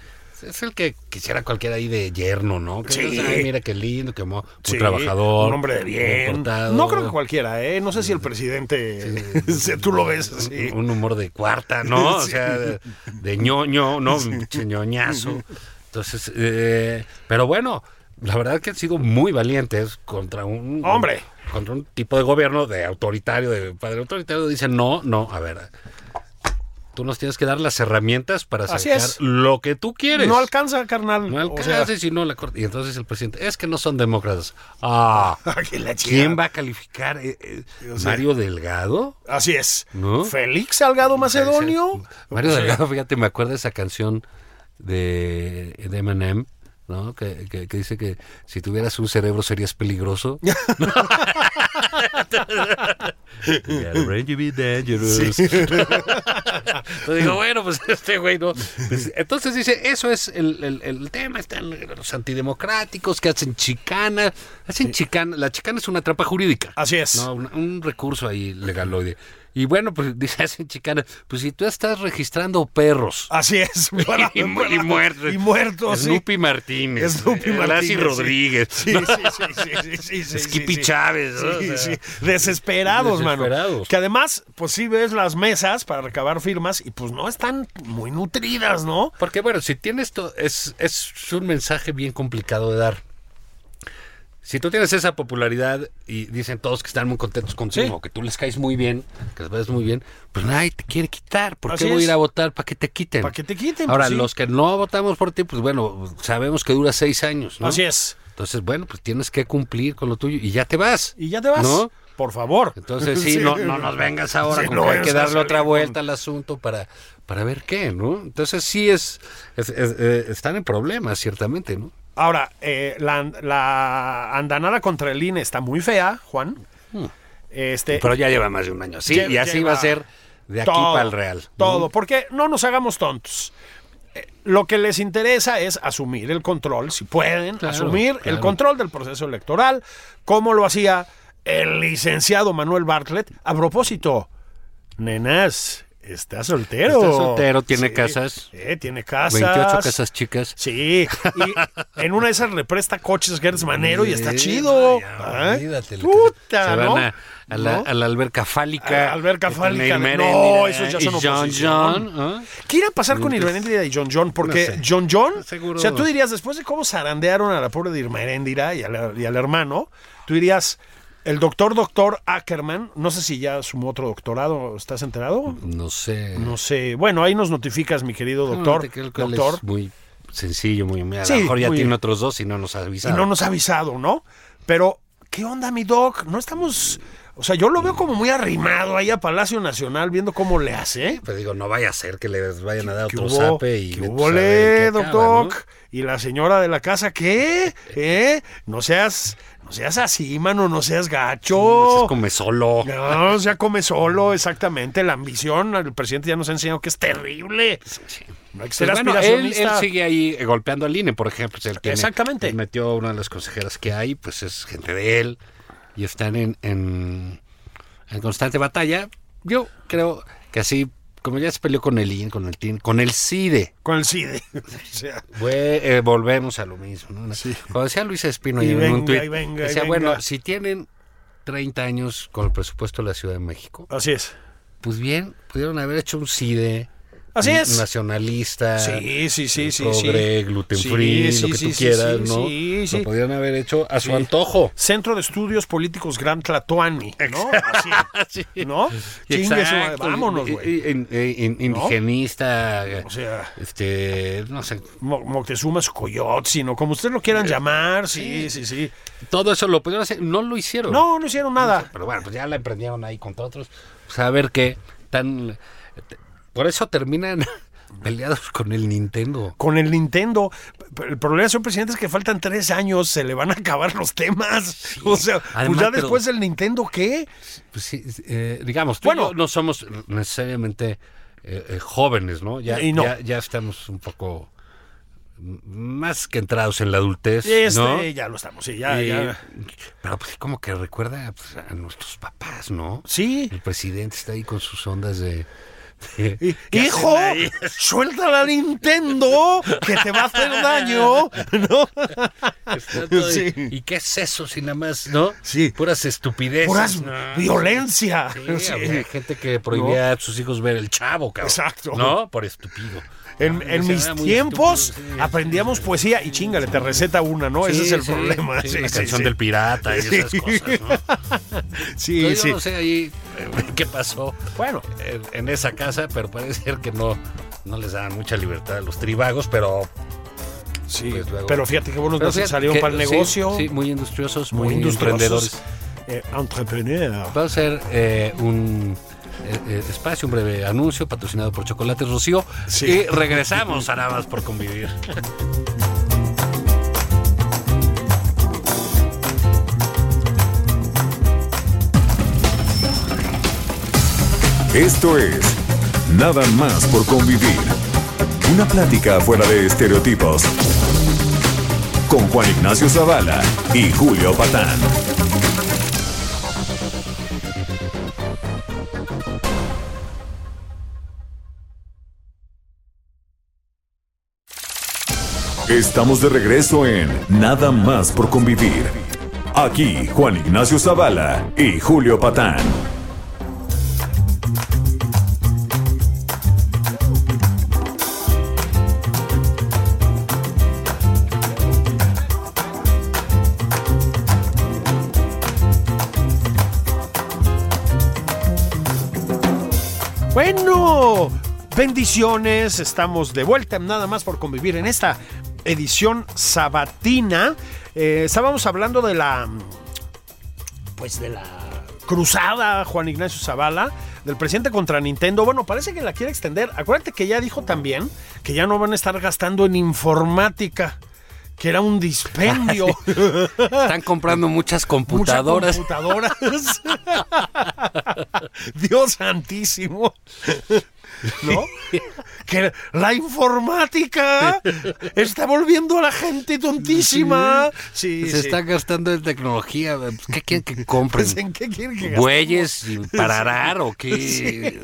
Speaker 2: es el que quisiera cualquiera ahí de yerno, ¿no? Que
Speaker 3: Sí.
Speaker 2: digas, "Ay, mira qué lindo, qué mo- muy
Speaker 3: Sí,
Speaker 2: trabajador.
Speaker 3: Un hombre de bien.
Speaker 2: portado,
Speaker 3: No creo que cualquiera, ¿eh? No sé si el presidente. tú lo ves así.
Speaker 2: Un humor de cuarta, ¿no? O
Speaker 3: Sí.
Speaker 2: sea, de, de ñoño, ¿no? Pinche ñoñazo. Entonces, eh, pero bueno, la verdad que han sido muy valientes contra un...
Speaker 3: Hombre.
Speaker 2: Contra un tipo de gobierno de autoritario, de padre autoritario. Dicen, no, no, a ver... Tú nos tienes que dar las herramientas para
Speaker 3: Así
Speaker 2: sacar
Speaker 3: es.
Speaker 2: lo que tú quieres.
Speaker 3: No alcanza, carnal.
Speaker 2: No
Speaker 3: O sea,
Speaker 2: alcanza si no la corte. Y entonces el presidente, es que no son demócratas. Ah,
Speaker 3: que la
Speaker 2: ¿quién
Speaker 3: chingada.
Speaker 2: va a calificar? eh, eh, ¿Mario Delgado?
Speaker 3: Así es.
Speaker 2: ¿No?
Speaker 3: Félix Salgado Macedonio.
Speaker 2: Mario
Speaker 3: Sí.
Speaker 2: Delgado, fíjate, me acuerdo de esa canción de, de Eminem, ¿no? Que, que- que dice que si tuvieras un cerebro serías peligroso. Yeah, Range to be dangerous. Entonces digo, bueno, pues este güey no. Pues, entonces dice, eso es el, el- el tema, están los antidemocráticos que hacen chicana. Hacen chicana, la chicana es una trampa jurídica.
Speaker 3: Así es.
Speaker 2: No, un, un recurso ahí legaloide. Y bueno, pues dice, hacen chicana, pues si tú estás registrando perros.
Speaker 3: Así es. Para-
Speaker 2: Y, mu- y muertos.
Speaker 3: Y muertos. sí.
Speaker 2: Snoopy Martínez.
Speaker 3: Snoopy
Speaker 2: eh, Lassie
Speaker 3: Martínez, sí.
Speaker 2: Rodríguez.
Speaker 3: Sí, sí, sí, sí, sí, sí, sí,
Speaker 2: Skippy
Speaker 3: sí, sí.
Speaker 2: Chávez, ¿no?
Speaker 3: Sí,
Speaker 2: O sea,
Speaker 3: sí. Desesperados, mano.
Speaker 2: desesperados.
Speaker 3: Que además, pues sí ves las mesas para recabar firmas y pues no están muy nutridas, ¿no?
Speaker 2: Porque bueno, si tienes todo, es, es un mensaje bien complicado de dar. Si tú tienes esa popularidad y dicen todos que están muy contentos contigo,
Speaker 3: Sí.
Speaker 2: o que tú les caes muy bien, que les ves muy bien, pues nadie te quiere quitar. ¿Por
Speaker 3: Así
Speaker 2: qué voy a
Speaker 3: es.
Speaker 2: ir a votar? ¿Para que te quiten?
Speaker 3: Para que te quiten.
Speaker 2: Ahora,
Speaker 3: pues, sí.
Speaker 2: los que no votamos por ti, pues bueno, sabemos que dura seis años, ¿no?
Speaker 3: Así es.
Speaker 2: Entonces, bueno, pues tienes que cumplir con lo tuyo y ya te vas.
Speaker 3: Y ya te vas.
Speaker 2: ¿No?
Speaker 3: Por favor.
Speaker 2: Entonces, sí, No, no nos vengas ahora
Speaker 3: Sí,
Speaker 2: con
Speaker 3: no
Speaker 2: que hay que
Speaker 3: vayas a
Speaker 2: darle
Speaker 3: salir
Speaker 2: otra
Speaker 3: con-
Speaker 2: vuelta al asunto para, para ver qué, ¿no? Entonces, sí es, es- es- eh, están en problemas, ciertamente, ¿no?
Speaker 3: Ahora, eh, la, la andanada contra el INE está muy fea, Juan. Este,
Speaker 2: Pero ya lleva más de un año así
Speaker 3: Lle-
Speaker 2: y así va a ser
Speaker 3: lleva
Speaker 2: de aquí
Speaker 3: todo,
Speaker 2: para el Real. ¿no?
Speaker 3: Todo, porque no nos hagamos tontos. Eh, Lo que les interesa es asumir el control, si pueden,
Speaker 2: Claro,
Speaker 3: asumir el
Speaker 2: claro.
Speaker 3: control del proceso electoral, como lo hacía el licenciado Manuel Bartlett. A propósito, nenas, está soltero.
Speaker 2: Está soltero, tiene casas,
Speaker 3: Eh, tiene casas.
Speaker 2: 28 casas chicas.
Speaker 3: Sí, y en una de esas le presta coches Gertz Manero y está chido.
Speaker 2: Sí,
Speaker 3: ¿Ah?
Speaker 2: olvídate, lo que-
Speaker 3: Puta,
Speaker 2: se van
Speaker 3: ¿no?
Speaker 2: a, a la,
Speaker 3: ¿No?
Speaker 2: a la alberca fálica.
Speaker 3: A la alberca
Speaker 2: que
Speaker 3: fálica
Speaker 2: tiene
Speaker 3: de-
Speaker 2: Irmerendira
Speaker 3: no, esos ya
Speaker 2: y
Speaker 3: son
Speaker 2: John
Speaker 3: oposición.
Speaker 2: John. ¿ah?
Speaker 3: ¿Qué irá a pasar con Irmerendira y John John? Porque
Speaker 2: No sé.
Speaker 3: John John,
Speaker 2: Seguro.
Speaker 3: o sea, tú dirías, después de cómo zarandearon a la pobre de Irmerendira y, al- y al hermano, tú dirías, el doctor, doctor Ackerman, no sé si ya sumó otro doctorado, ¿estás enterado?
Speaker 2: No sé.
Speaker 3: No sé, bueno, ahí nos notificas, mi querido doctor,
Speaker 2: No, creo que él
Speaker 3: doctor,
Speaker 2: Es muy sencillo, muy. A lo
Speaker 3: Sí,
Speaker 2: mejor ya
Speaker 3: muy-
Speaker 2: tiene otros dos y no nos ha
Speaker 3: y
Speaker 2: avisado.
Speaker 3: no nos ha avisado, ¿no? Pero ¿qué onda, mi doc? No estamos. O sea, yo lo veo como muy arrimado ahí a Palacio Nacional viendo cómo le hace. ¿eh?
Speaker 2: Pues digo, no vaya a ser que les vayan a dar
Speaker 3: ¿Qué
Speaker 2: otro
Speaker 3: hubo?
Speaker 2: zape y.
Speaker 3: ¿Qué
Speaker 2: vete
Speaker 3: hubo,
Speaker 2: a saber
Speaker 3: le,
Speaker 2: en qué
Speaker 3: doc,
Speaker 2: acaba, ¿no?
Speaker 3: doc? Y la señora de la casa, ¿qué? ¿Eh? No seas, no seas así, mano, no seas gacho.
Speaker 2: Es come solo.
Speaker 3: No, ya come solo, exactamente. La ambición, el presidente ya nos ha enseñado que es terrible. No hay que ser
Speaker 2: Pues bueno, él,
Speaker 3: aspiracionista.
Speaker 2: él sigue ahí eh, golpeando al INE, por ejemplo. pues, él tiene-
Speaker 3: Exactamente.
Speaker 2: él metió a una de las consejeras que hay, pues es gente de él. Y están en, en, en constante batalla. Yo creo que así, como ya se peleó con el INE, con el TIN, con el CIDE,
Speaker 3: Con el CIDE. O sea,
Speaker 2: Vue- eh, volvemos a lo mismo. ¿no? Como decía Luis Espino
Speaker 3: Y
Speaker 2: ayer en un
Speaker 3: venga,
Speaker 2: tuit,
Speaker 3: y venga, y
Speaker 2: decía,
Speaker 3: venga.
Speaker 2: bueno, si tienen 30 años con el presupuesto de la Ciudad de México,
Speaker 3: así es.
Speaker 2: pues bien, pudieron haber hecho un CIDE.
Speaker 3: Así es.
Speaker 2: Nacionalista. eh,
Speaker 3: Sí, sí, sí, sí, sí.
Speaker 2: progre, gluten
Speaker 3: Sí,
Speaker 2: free,
Speaker 3: sí,
Speaker 2: lo que
Speaker 3: sí,
Speaker 2: tú
Speaker 3: sí,
Speaker 2: quieras,
Speaker 3: sí,
Speaker 2: ¿no?
Speaker 3: sí, sí.
Speaker 2: Lo podían haber hecho a su antojo.
Speaker 3: Centro de Estudios Políticos Gran Tlatoani, ¿no? Así, ¿no? Chingue su-
Speaker 2: Exacto.
Speaker 3: vámonos,
Speaker 2: Y-
Speaker 3: güey.
Speaker 2: y- in- in- Indigenista.
Speaker 3: O sea,
Speaker 2: Este, no sé,
Speaker 3: Mo- Moctezuma Coyotzin o como ustedes lo
Speaker 2: Eh,
Speaker 3: quieran llamar, sí, sí, sí.
Speaker 2: todo eso lo pudieron hacer, no lo hicieron.
Speaker 3: No, no hicieron nada.
Speaker 2: Pero bueno, pues ya la emprendieron ahí contra otros. Pues a ver qué tan. te- Por eso terminan peleados con el Nintendo.
Speaker 3: Con el Nintendo, p- el problema, señor presidente, es que faltan tres años, se le van a acabar los temas. O sea, pues
Speaker 2: Además,
Speaker 3: ya
Speaker 2: pero-
Speaker 3: después del Nintendo, ¿qué?
Speaker 2: Pues sí, eh, digamos, tú
Speaker 3: Bueno.
Speaker 2: y yo no somos necesariamente eh, eh, jóvenes, ¿no? Ya,
Speaker 3: Y no.
Speaker 2: Ya, ya estamos un poco mm, más que entrados en la adultez,
Speaker 3: Este,
Speaker 2: ¿no?
Speaker 3: ya lo estamos, sí, ya,
Speaker 2: Y-
Speaker 3: ya.
Speaker 2: Pero pues como que recuerda pues, a nuestros papás, ¿no?
Speaker 3: Sí.
Speaker 2: El presidente está ahí con sus ondas de...
Speaker 3: Y- Hijo, suelta la Nintendo que te va a hacer daño. ¿No? Sí.
Speaker 2: ¿Y qué es eso si nada más, no?
Speaker 3: Sí.
Speaker 2: Puras estupideces.
Speaker 3: Puras
Speaker 2: ¿no?
Speaker 3: violencia.
Speaker 2: Sí,
Speaker 3: Sí.
Speaker 2: había gente que prohibía a sus hijos ver el chavo, cabrón.
Speaker 3: Exacto.
Speaker 2: ¿No? Por estúpido.
Speaker 3: En,
Speaker 2: Ah,
Speaker 3: en
Speaker 2: se
Speaker 3: mis
Speaker 2: era muy
Speaker 3: tiempos
Speaker 2: estúpido, sí.
Speaker 3: aprendíamos poesía y chingale, te receta una, ¿no? Ese
Speaker 2: Sí,
Speaker 3: es el
Speaker 2: sí,
Speaker 3: problema.
Speaker 2: sí,
Speaker 3: Sí,
Speaker 2: la
Speaker 3: sí,
Speaker 2: canción
Speaker 3: sí.
Speaker 2: del pirata y esas
Speaker 3: Sí.
Speaker 2: cosas, ¿no?
Speaker 3: Sí,
Speaker 2: Yo, yo
Speaker 3: sí.
Speaker 2: no sé ahí eh, qué pasó
Speaker 3: Bueno,
Speaker 2: en, en esa casa, pero parece ser que no, no les daban mucha libertad a los tribagos, pero...
Speaker 3: sí.
Speaker 2: pues, luego-
Speaker 3: Pero fíjate qué buenos
Speaker 2: pero
Speaker 3: meses
Speaker 2: fíjate
Speaker 3: salieron
Speaker 2: que-
Speaker 3: para el
Speaker 2: sí,
Speaker 3: negocio.
Speaker 2: Sí, muy industriosos, muy,
Speaker 3: muy
Speaker 2: emprendedores.
Speaker 3: industriosos. Eh, entrepreneur.
Speaker 2: Va a ser eh, un eh, eh, espacio, un breve anuncio patrocinado por Chocolates Rocío.
Speaker 3: Sí.
Speaker 2: Y regresamos a nada más por convivir.
Speaker 1: Esto es Nada más por convivir. Una plática fuera de estereotipos. Con Juan Ignacio Zavala y Julio Patán. Estamos de regreso en Nada más por convivir. Aquí Juan Ignacio Zavala y Julio Patán.
Speaker 3: Bueno, bendiciones, estamos de vuelta en nada más por convivir en esta edición sabatina. Eh, estábamos hablando de la pues de la cruzada Juan Ignacio Zavala del presidente contra Nintendo. Bueno, parece que la quiere extender. Acuérdate que ya dijo también que ya no van a estar gastando en informática, que era un dispendio.
Speaker 2: Están comprando muchas computadoras.
Speaker 3: Muchas computadoras. Dios santísimo. ¿No? Que la informática está volviendo a la gente tontísima. Sí,
Speaker 2: Se
Speaker 3: sí.
Speaker 2: está gastando en tecnología. Pues, ¿Qué quieren que compren?
Speaker 3: Pues, ¿En qué quiere que gaste?
Speaker 2: ¿Bueyes y para arar o qué?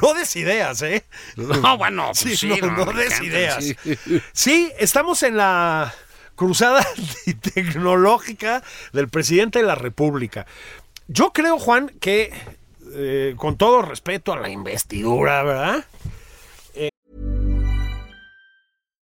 Speaker 3: No des ideas, ¿eh?
Speaker 2: No, bueno, pues
Speaker 3: Sí,
Speaker 2: sí,
Speaker 3: no,
Speaker 2: no,
Speaker 3: no
Speaker 2: me
Speaker 3: des
Speaker 2: encanta,
Speaker 3: ideas.
Speaker 2: sí.
Speaker 3: Sí, estamos en la cruzada tecnológica del presidente de la República. Yo creo, Juan, que eh, con todo respeto a la investidura, ¿verdad?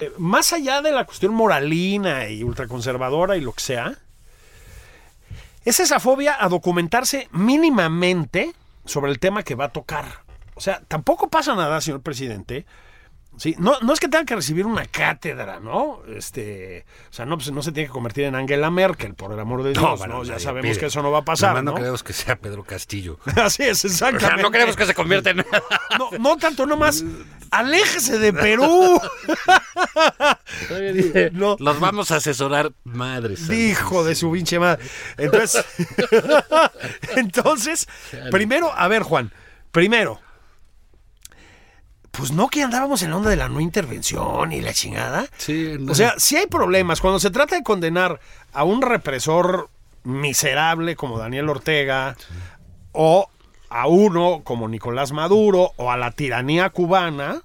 Speaker 3: Eh, más allá de la cuestión moralina y ultraconservadora y lo que sea, es esa fobia a documentarse mínimamente sobre el tema que va a tocar. O sea, tampoco pasa nada, señor presidente. Sí, no, no es que tengan que recibir una cátedra, ¿no? Este, o sea, no, pues, no se tiene que convertir en Angela Merkel, por el amor de Dios,
Speaker 2: No,
Speaker 3: ¿no?
Speaker 2: bueno,
Speaker 3: ya
Speaker 2: nadie
Speaker 3: sabemos
Speaker 2: pide.
Speaker 3: que eso no va a pasar,
Speaker 2: Nomás
Speaker 3: ¿no?
Speaker 2: no queremos que sea Pedro Castillo.
Speaker 3: Así es,
Speaker 2: O sea,
Speaker 3: exactamente.
Speaker 2: no queremos que se convierta en
Speaker 3: No, no tanto, nomás, aléjese de Perú. No.
Speaker 2: Los vamos a asesorar, madres.
Speaker 3: Hijo de su pinche madre. Entonces, entonces, primero, a ver, Juan, primero, pues no que andábamos en la onda de la no intervención y la chingada.
Speaker 2: Sí, no.
Speaker 3: O sea, sí hay problemas. Cuando se trata de condenar a un represor miserable como Daniel Ortega, o a uno como Nicolás Maduro, o a la tiranía cubana,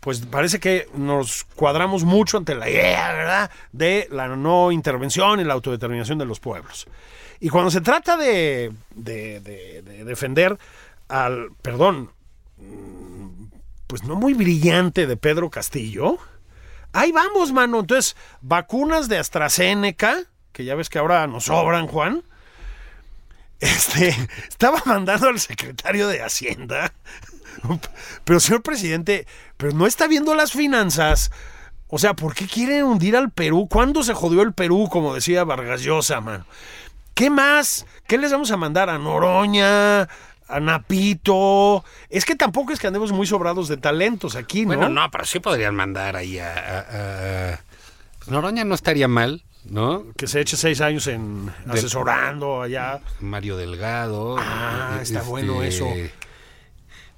Speaker 3: pues parece que nos cuadramos mucho ante la idea, ¿verdad?, de la no intervención y la autodeterminación de los pueblos. Y cuando se trata de, de- de- de defender al, perdón, mm, pues no muy brillante de Pedro Castillo, ahí vamos, mano. Entonces, vacunas de AstraZeneca, que ya ves que ahora nos sobran, Juan. Este, estaba mandando al secretario de Hacienda. Pero, señor presidente, pero no está viendo las finanzas. O sea, ¿por qué quieren hundir al Perú? ¿Cuándo se jodió el Perú? Como decía Vargas Llosa, mano. ¿Qué más? ¿Qué les vamos a mandar a Noroña? A Napito. Es que tampoco es que andemos muy sobrados de talentos aquí, ¿no?
Speaker 2: Bueno, no, pero sí podrían mandar ahí a... a- a- Pues Noroña no estaría mal, ¿no?
Speaker 3: que se eche seis años en asesorando allá.
Speaker 2: Mario Delgado.
Speaker 3: Ah,
Speaker 2: eh,
Speaker 3: está bueno eso.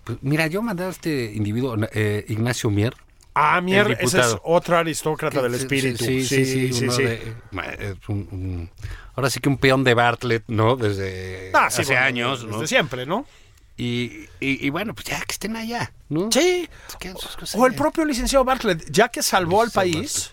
Speaker 2: pues, mira, yo mandaba a este individuo, eh, Ignacio Mier.
Speaker 3: Ah,
Speaker 2: El
Speaker 3: mierda, ese
Speaker 2: diputado.
Speaker 3: es otro aristócrata del espíritu.
Speaker 2: Sí, sí, sí. uno de- ma- es un- un- ahora sí que un peón de Bartlett, ¿no? Desde
Speaker 3: Ah, sí,
Speaker 2: hace
Speaker 3: bueno,
Speaker 2: años, ¿no?
Speaker 3: Desde siempre, ¿no?
Speaker 2: Y, y- y bueno, pues ya que estén allá, ¿no?
Speaker 3: Sí.
Speaker 2: Que hagan sus cosas
Speaker 3: O el
Speaker 2: allá.
Speaker 3: propio licenciado Bartlett, ya que salvó al
Speaker 2: Licenciado
Speaker 3: país,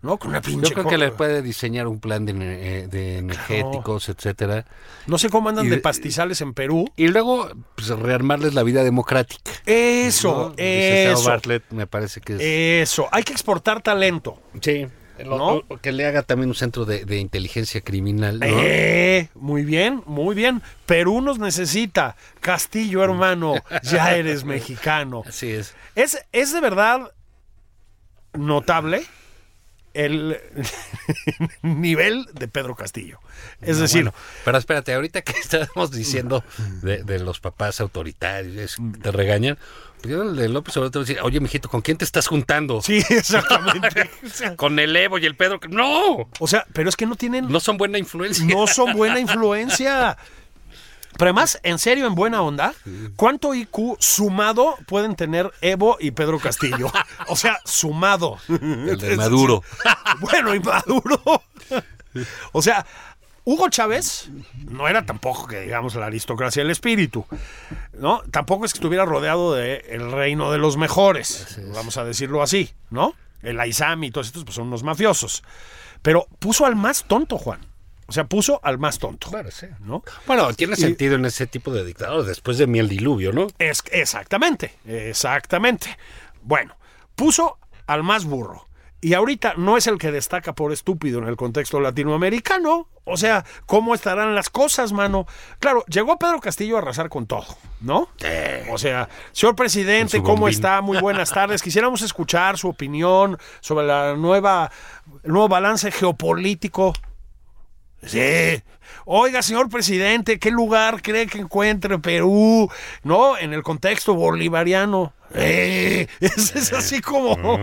Speaker 3: ¿no? Con una pinche.
Speaker 2: Yo creo
Speaker 3: co-
Speaker 2: que le puede diseñar un plan de, ener- eh, de energéticos, etcétera.
Speaker 3: No sé cómo andan
Speaker 2: Y-
Speaker 3: de pastizales en Perú.
Speaker 2: Y luego, pues, rearmarles la vida democrática.
Speaker 3: Eso,
Speaker 2: ¿no? Licenciado
Speaker 3: eso.
Speaker 2: Bartlett me parece que es...
Speaker 3: Eso. Hay que exportar talento.
Speaker 2: Sí.
Speaker 3: ¿No?
Speaker 2: que le haga también un centro de, de inteligencia criminal. ¿no?
Speaker 3: Eh, muy bien, muy bien. Perú nos necesita. Castillo, hermano, ya eres mexicano.
Speaker 2: Así es.
Speaker 3: Es, es de verdad notable el nivel de Pedro Castillo. Es decir,
Speaker 2: Pero espérate, ahorita que estábamos diciendo de, de los papás autoritarios es que te regañan, pues yo el de López Obrador te voy a decir, oye, mijito, ¿con quién te estás juntando?
Speaker 3: sí, exactamente. O sea,
Speaker 2: Con el Evo y el Pedro. ¡No!
Speaker 3: o sea, pero es que no tienen,
Speaker 2: No son buena influencia.
Speaker 3: no son buena influencia. Pero además, en serio, en buena onda, ¿cuánto IQ sumado pueden tener Evo y Pedro Castillo? O sea, sumado.
Speaker 2: El de Maduro.
Speaker 3: Bueno, y Maduro. O sea, Hugo Chávez no era tampoco que digamos la aristocracia del espíritu, ¿no? Tampoco es que estuviera rodeado del el reino de los mejores, vamos a decirlo así, ¿no? El Aizami y todos estos pues, son unos mafiosos. Pero puso al más tonto, Juan. O sea, puso al más tonto.
Speaker 2: Claro, sí.
Speaker 3: ¿No?
Speaker 2: Bueno, tiene sentido en ese tipo de dictadores después de mi el diluvio, ¿no?
Speaker 3: Es, exactamente, exactamente. Bueno, puso al más burro. Y ahorita no es el que destaca por estúpido en el contexto latinoamericano. O sea, ¿cómo estarán las cosas, mano? Claro, llegó Pedro Castillo a arrasar con todo, ¿no? O sea, señor presidente,
Speaker 2: Con su
Speaker 3: ¿cómo
Speaker 2: bombín.
Speaker 3: está? Muy buenas tardes. Quisiéramos escuchar su opinión sobre la nueva, el nuevo balance geopolítico Sí. Oiga, señor presidente, ¿qué lugar cree que encuentre Perú? ¿No? En el contexto bolivariano. Eh, es, es así como...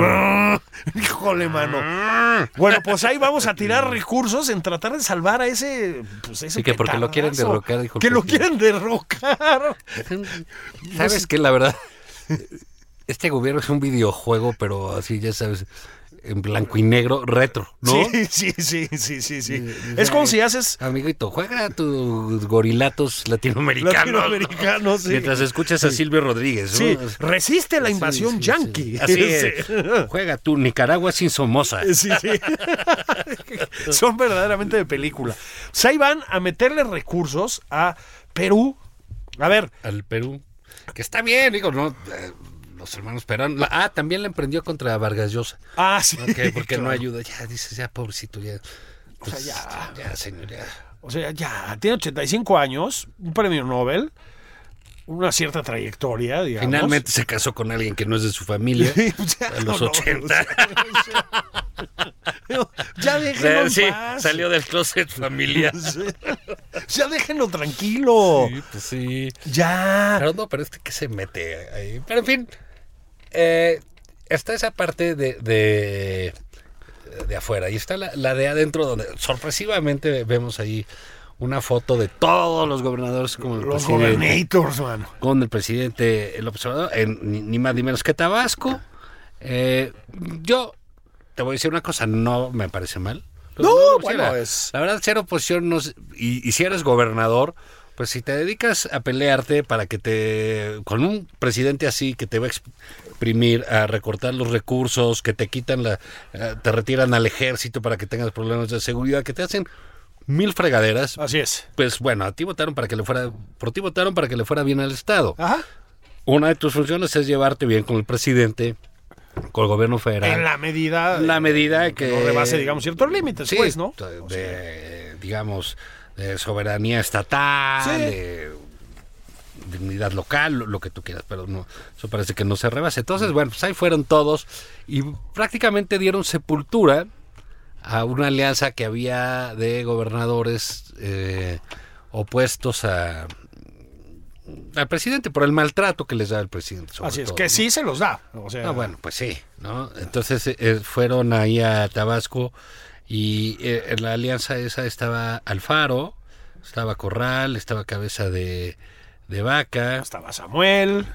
Speaker 2: Ah.
Speaker 3: Híjole, mano. Bueno, pues ahí vamos a tirar recursos en tratar de salvar a ese... Pues ese
Speaker 2: Sí, que porque lo quieren
Speaker 3: petardazo.
Speaker 2: derrocar, dijo el
Speaker 3: Que lo quieren
Speaker 2: presidente.
Speaker 3: derrocar.
Speaker 2: ¿Sabes qué? La verdad, este gobierno es un videojuego, pero así ya sabes. en blanco y negro retro, ¿no?
Speaker 3: Sí, sí, sí, sí, sí, sí. Es como si haces
Speaker 2: Amiguito, juega a tus gorilatos latinoamericanos.
Speaker 3: latinoamericanos. sí.
Speaker 2: Mientras escuchas a Silvio Rodríguez, ¿no?
Speaker 3: Sí, resiste la
Speaker 2: Sí,
Speaker 3: invasión
Speaker 2: sí, sí.
Speaker 3: yanqui.
Speaker 2: Así es. Juega tú, Nicaragua sin Somoza.
Speaker 3: Sí, sí. Son verdaderamente de película. O sea, ahí van a meterle recursos a Perú. A ver,
Speaker 2: Al Perú. Que está bien, digo, no. eh, los hermanos Perón. La- ah, también la emprendió contra Vargas Llosa.
Speaker 3: ah, sí.
Speaker 2: Ok, porque no
Speaker 3: claro.
Speaker 2: ayuda. Ya, dices, ya, pobrecito, ya. Pues,
Speaker 3: ya.
Speaker 2: Ya, señor, ya.
Speaker 3: O sea, ya, tiene 85 años, un premio Nobel, una cierta trayectoria, digamos.
Speaker 2: Finalmente se casó con alguien que no es de su familia.
Speaker 3: O sea,
Speaker 2: a los
Speaker 3: no, no,
Speaker 2: 80.
Speaker 3: o sea, ya déjenlo en
Speaker 2: sí,
Speaker 3: paz.
Speaker 2: salió del closet familiar.
Speaker 3: Sí. Ya déjenlo tranquilo.
Speaker 2: Sí, pues sí.
Speaker 3: Ya.
Speaker 2: Pero no, pero este que se mete ahí. Pero en fin, eh, está esa parte de, de, de afuera y está la, la de adentro donde sorpresivamente vemos ahí una foto de todos los gobernadores como el
Speaker 3: Los
Speaker 2: presidente-
Speaker 3: gobernators, mano.
Speaker 2: con el presidente el observador en ni, ni más ni menos que Tabasco. Eh, yo te voy a decir una cosa, no me parece mal. Pero
Speaker 3: No,
Speaker 2: me
Speaker 3: bueno,
Speaker 2: pareciera.
Speaker 3: es-
Speaker 2: La verdad, ser oposición, no, es- y, y si eres gobernador, pues si te dedicas a pelearte para que te... con un presidente así que te va a exprimir, a recortar los recursos, que te quitan la... eh, te retiran al ejército para que tengas problemas de seguridad, que te hacen mil fregaderas,
Speaker 3: Así es.
Speaker 2: pues bueno, a ti votaron para que le fuera, por ti votaron para que le fuera bien al Estado.
Speaker 3: Ajá.
Speaker 2: Una de tus funciones es llevarte bien con el presidente, con el gobierno federal.
Speaker 3: En la medida.
Speaker 2: La medida
Speaker 3: eh, que
Speaker 2: que
Speaker 3: no rebase, digamos, ciertos límites,
Speaker 2: Sí,
Speaker 3: pues, ¿no?
Speaker 2: de- de, digamos, de soberanía estatal,
Speaker 3: Sí.
Speaker 2: de dignidad local, lo, lo que tú quieras, pero no, eso parece que no se rebase.
Speaker 3: Mm.
Speaker 2: Entonces, bueno, pues ahí fueron todos y prácticamente dieron sepultura a una alianza que había de gobernadores eh, opuestos a al presidente por el maltrato que les da el presidente. sobre
Speaker 3: Así es,
Speaker 2: todo,
Speaker 3: que
Speaker 2: ¿no?
Speaker 3: sí se los da. O sea,
Speaker 2: Ah, bueno, pues sí, ¿no? Entonces eh, eh, fueron ahí a Tabasco y eh, en la alianza esa estaba Alfaro, estaba Corral, estaba Cabeza de, de Vaca.
Speaker 3: estaba Samuel.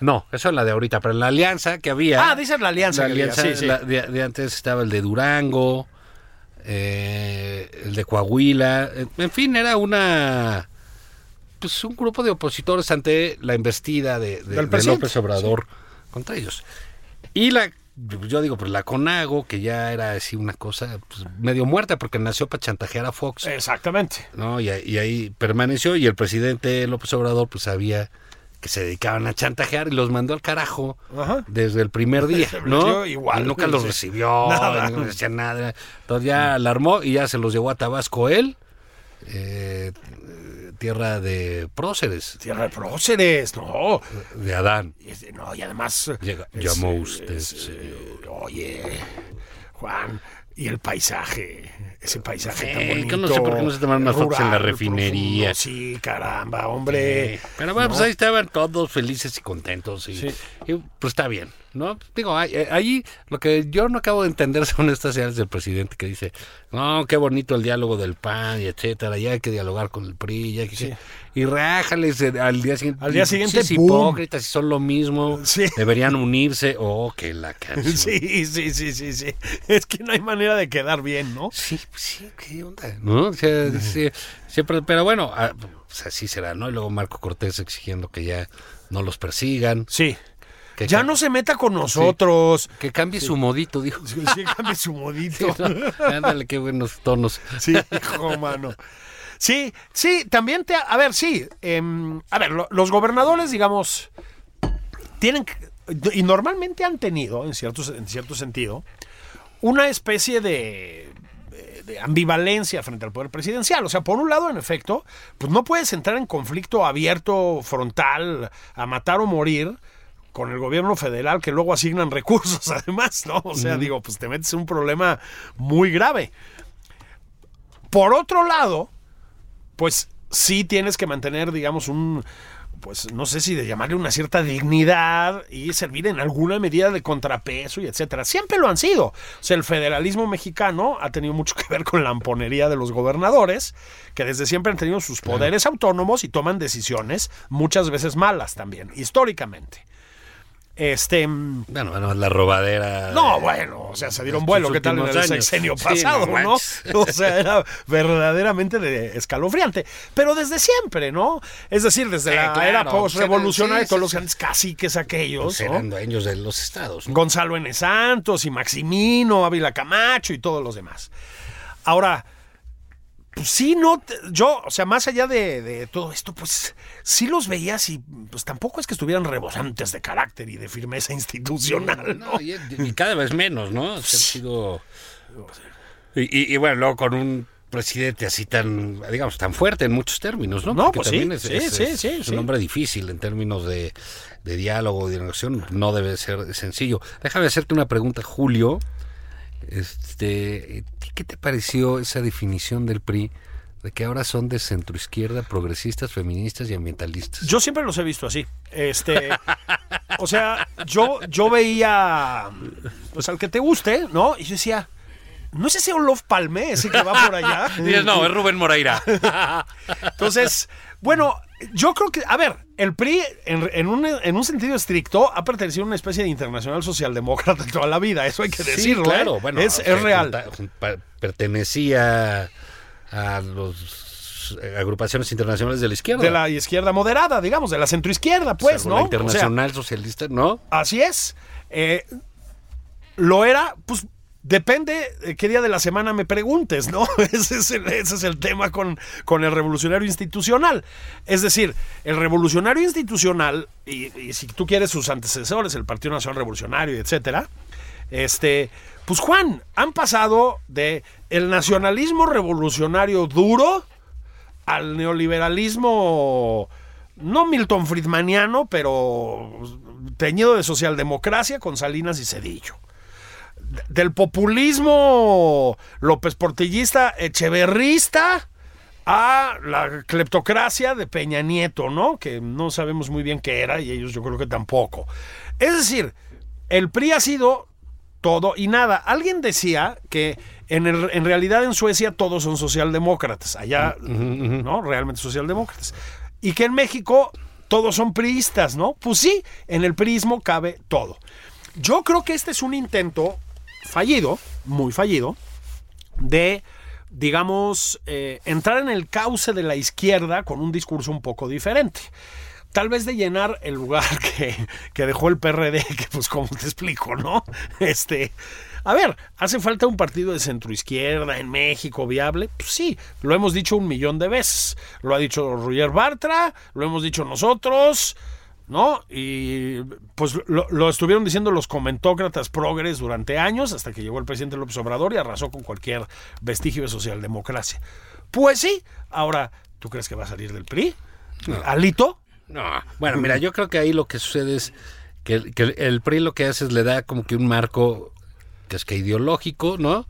Speaker 2: No, eso es la de ahorita, pero en la alianza que había...
Speaker 3: Ah, dices la alianza.
Speaker 2: La
Speaker 3: que había,
Speaker 2: alianza
Speaker 3: sí, sí.
Speaker 2: la de, de antes estaba el de Durango, eh, el de Coahuila, eh, en fin, era una pues un grupo de opositores ante la embestida de, de- de
Speaker 3: presidente,
Speaker 2: López Obrador contra ellos. Y la yo digo, pues la Conago, que ya era así una cosa pues, medio muerta porque nació para chantajear a Fox.
Speaker 3: Exactamente.
Speaker 2: ¿no? Y, ahí- y ahí permaneció y el presidente López Obrador pues sabía que se dedicaban a chantajear y los mandó al carajo
Speaker 3: Ajá.
Speaker 2: desde el primer día, ¿no?
Speaker 3: metió igual,
Speaker 2: Y nunca los
Speaker 3: sí.
Speaker 2: recibió,
Speaker 3: Nada.
Speaker 2: y no decía nada. Entonces ya alarmó y ya se los llevó a Tabasco él, eh, tierra de próceres,
Speaker 3: Tierra de próceres, no.
Speaker 2: de Adán.
Speaker 3: Y este, No, y además.
Speaker 2: Llega,
Speaker 3: es,
Speaker 2: llamó
Speaker 3: eh,
Speaker 2: usted,
Speaker 3: es,
Speaker 2: señor.
Speaker 3: eh, oye, Juan, y el paisaje. Ese paisaje
Speaker 2: Sí,
Speaker 3: tan bonito.
Speaker 2: que no sé por qué no se tomaron más fotos en la
Speaker 3: rural,
Speaker 2: refinería.
Speaker 3: profundo. Sí, caramba, hombre.
Speaker 2: Pero bueno, pues ahí estaban todos felices y contentos. Y, y, pues está bien, ¿no? Digo, ahí- eh, ahí lo que yo no acabo de entender son estas señales del presidente que dice, no, qué bonito el diálogo del PAN y etcétera, ya hay que dialogar con el PRI, ya hay que... Y rájales eh, al día siguiente.
Speaker 3: Al día siguiente,
Speaker 2: "Pinches
Speaker 3: ¡pum!".
Speaker 2: hipócritas, si son lo mismo,
Speaker 3: Sí.
Speaker 2: deberían unirse. Oh, que la canción.
Speaker 3: Sí, sí, sí, sí, sí. Es que no hay manera de quedar bien, ¿no?
Speaker 2: Sí, pues sí, qué onda, ¿no? O sea, sí, sí, pero, pero bueno, ah, pues así será, ¿no? Y luego Marco Cortés exigiendo que ya no los persigan.
Speaker 3: Sí.
Speaker 2: que
Speaker 3: Ya
Speaker 2: ca-
Speaker 3: no se meta con nosotros.
Speaker 2: Que cambie su modito, dijo.
Speaker 3: Sí, cambie su modito.
Speaker 2: Ándale, qué buenos tonos.
Speaker 3: Sí, hijo, mano. Sí, sí, también te. A ver, sí. em, a ver, lo- los gobernadores, digamos, tienen. que- Y normalmente han tenido, en cierto, en cierto sentido, una especie de, eh, de ambivalencia frente al poder presidencial. O sea, por un lado, en efecto, pues no puedes entrar en conflicto abierto, frontal, a matar o morir con el gobierno federal que luego asignan recursos además, ¿no? O sea, digo, pues te metes en un problema muy grave. Por otro lado, pues sí tienes que mantener, digamos, un, pues no sé si de llamarle una cierta dignidad y servir en alguna medida de contrapeso y etcétera. Siempre lo han sido. O sea, el federalismo mexicano ha tenido mucho que ver con la amponería de los gobernadores, que desde siempre han tenido sus poderes autónomos y toman decisiones, muchas veces malas también, históricamente. Este. mm,
Speaker 2: Bueno, bueno, la robadera.
Speaker 3: No,
Speaker 2: de-
Speaker 3: bueno, o sea, se dieron
Speaker 2: estos
Speaker 3: vuelo, ¿qué tal en
Speaker 2: últimos
Speaker 3: el
Speaker 2: años?
Speaker 3: sexenio
Speaker 2: Sí,
Speaker 3: pasado,
Speaker 2: no
Speaker 3: no?
Speaker 2: manches.
Speaker 3: O sea, era verdaderamente de escalofriante. Pero desde siempre, ¿no? Es decir, desde
Speaker 2: Sí,
Speaker 3: la
Speaker 2: claro,
Speaker 3: era
Speaker 2: sí,
Speaker 3: post-revolucionaria,
Speaker 2: sí,
Speaker 3: todos los
Speaker 2: sí.
Speaker 3: grandes caciques aquellos,
Speaker 2: Pues
Speaker 3: ¿no?
Speaker 2: eran dueños de los estados. ¿no?
Speaker 3: Gonzalo N. Santos y Maximino, Ávila Camacho y todos los demás. Ahora, pues sí, no, te- yo, o sea, más allá de, de todo esto, pues sí los veías y pues tampoco es que estuvieran rebosantes de carácter y de firmeza institucional, ¿no?
Speaker 2: No, y, y cada vez menos, ¿no? O sea, han sido- Y, y- y bueno, luego con un presidente así tan, digamos, tan fuerte en muchos términos, ¿no?
Speaker 3: No,
Speaker 2: Porque
Speaker 3: pues sí,
Speaker 2: también
Speaker 3: sí, sí, sí,
Speaker 2: es
Speaker 3: sí.
Speaker 2: un hombre difícil en términos de, de diálogo y de negociación. No debe ser sencillo. Déjame hacerte una pregunta, Julio. Este, ¿a ti ¿Qué te pareció esa definición del PRI de que ahora son de centroizquierda, progresistas, feministas y ambientalistas?
Speaker 3: Yo siempre los he visto así. Este, o sea, yo, yo veía pues al que te guste, ¿no? Y yo decía, ¿no es ese Olof Palme ese que va por allá?
Speaker 2: Ah, Dices, no, es Rubén Moreira.
Speaker 3: Entonces, bueno, yo creo que, a ver, el PRI, en, en un, en un sentido estricto, ha pertenecido a una especie de internacional socialdemócrata toda la vida, eso hay que decirlo.
Speaker 2: Sí, claro,
Speaker 3: ¿eh?
Speaker 2: bueno,
Speaker 3: es,
Speaker 2: o sea,
Speaker 3: es real.
Speaker 2: junta- jun- pa- pertenecía a los eh, agrupaciones internacionales de la izquierda.
Speaker 3: De la izquierda moderada, digamos, de la centroizquierda,
Speaker 2: O sea,
Speaker 3: pues,
Speaker 2: con
Speaker 3: ¿no?
Speaker 2: la
Speaker 3: O sea,
Speaker 2: internacional socialista, ¿no?
Speaker 3: Así es. Eh, lo era, pues depende de qué día de la semana me preguntes, ¿no? Ese es el, ese es el tema con, con el revolucionario institucional. Es decir, el revolucionario institucional, y, y si tú quieres sus antecesores, el Partido Nacional Revolucionario, etcétera, este, pues Juan, han pasado de el nacionalismo revolucionario duro al neoliberalismo, no Milton Friedmaniano, pero teñido de socialdemocracia con Salinas y Cedillo. D- Del populismo López Portillista, Echeverrista, a la cleptocracia de Peña Nieto, ¿no? Que no sabemos muy bien qué era y ellos yo creo que tampoco. Es decir, el PRI ha sido todo y nada. Alguien decía que en, el- en realidad en Suecia todos son socialdemócratas, allá, ¿no? Realmente socialdemócratas. Y que en México todos son priistas, ¿no? Pues sí, en el priismo cabe todo. Yo creo que este es un intento fallido, muy fallido, de, digamos, eh, entrar en el cauce de la izquierda con un discurso un poco diferente. Tal vez de llenar el lugar que, que dejó el PRD, que pues como te explico, ¿no? Este, a ver, ¿hace falta un partido de centroizquierda en México viable? Pues sí, lo hemos dicho un millón de veces. Lo ha dicho Roger Bartra, lo hemos dicho nosotros, ¿no? Y pues lo, lo estuvieron diciendo los comentócratas progres durante años hasta que llegó el presidente López Obrador y arrasó con cualquier vestigio de socialdemocracia. Pues sí, ahora, ¿tú crees que va a salir del PRI? ¿Alito?
Speaker 2: No. Bueno, mira, yo creo que ahí lo que sucede es que, el- que el- el PRI lo que hace es le da como que un marco que es que ideológico, ¿no?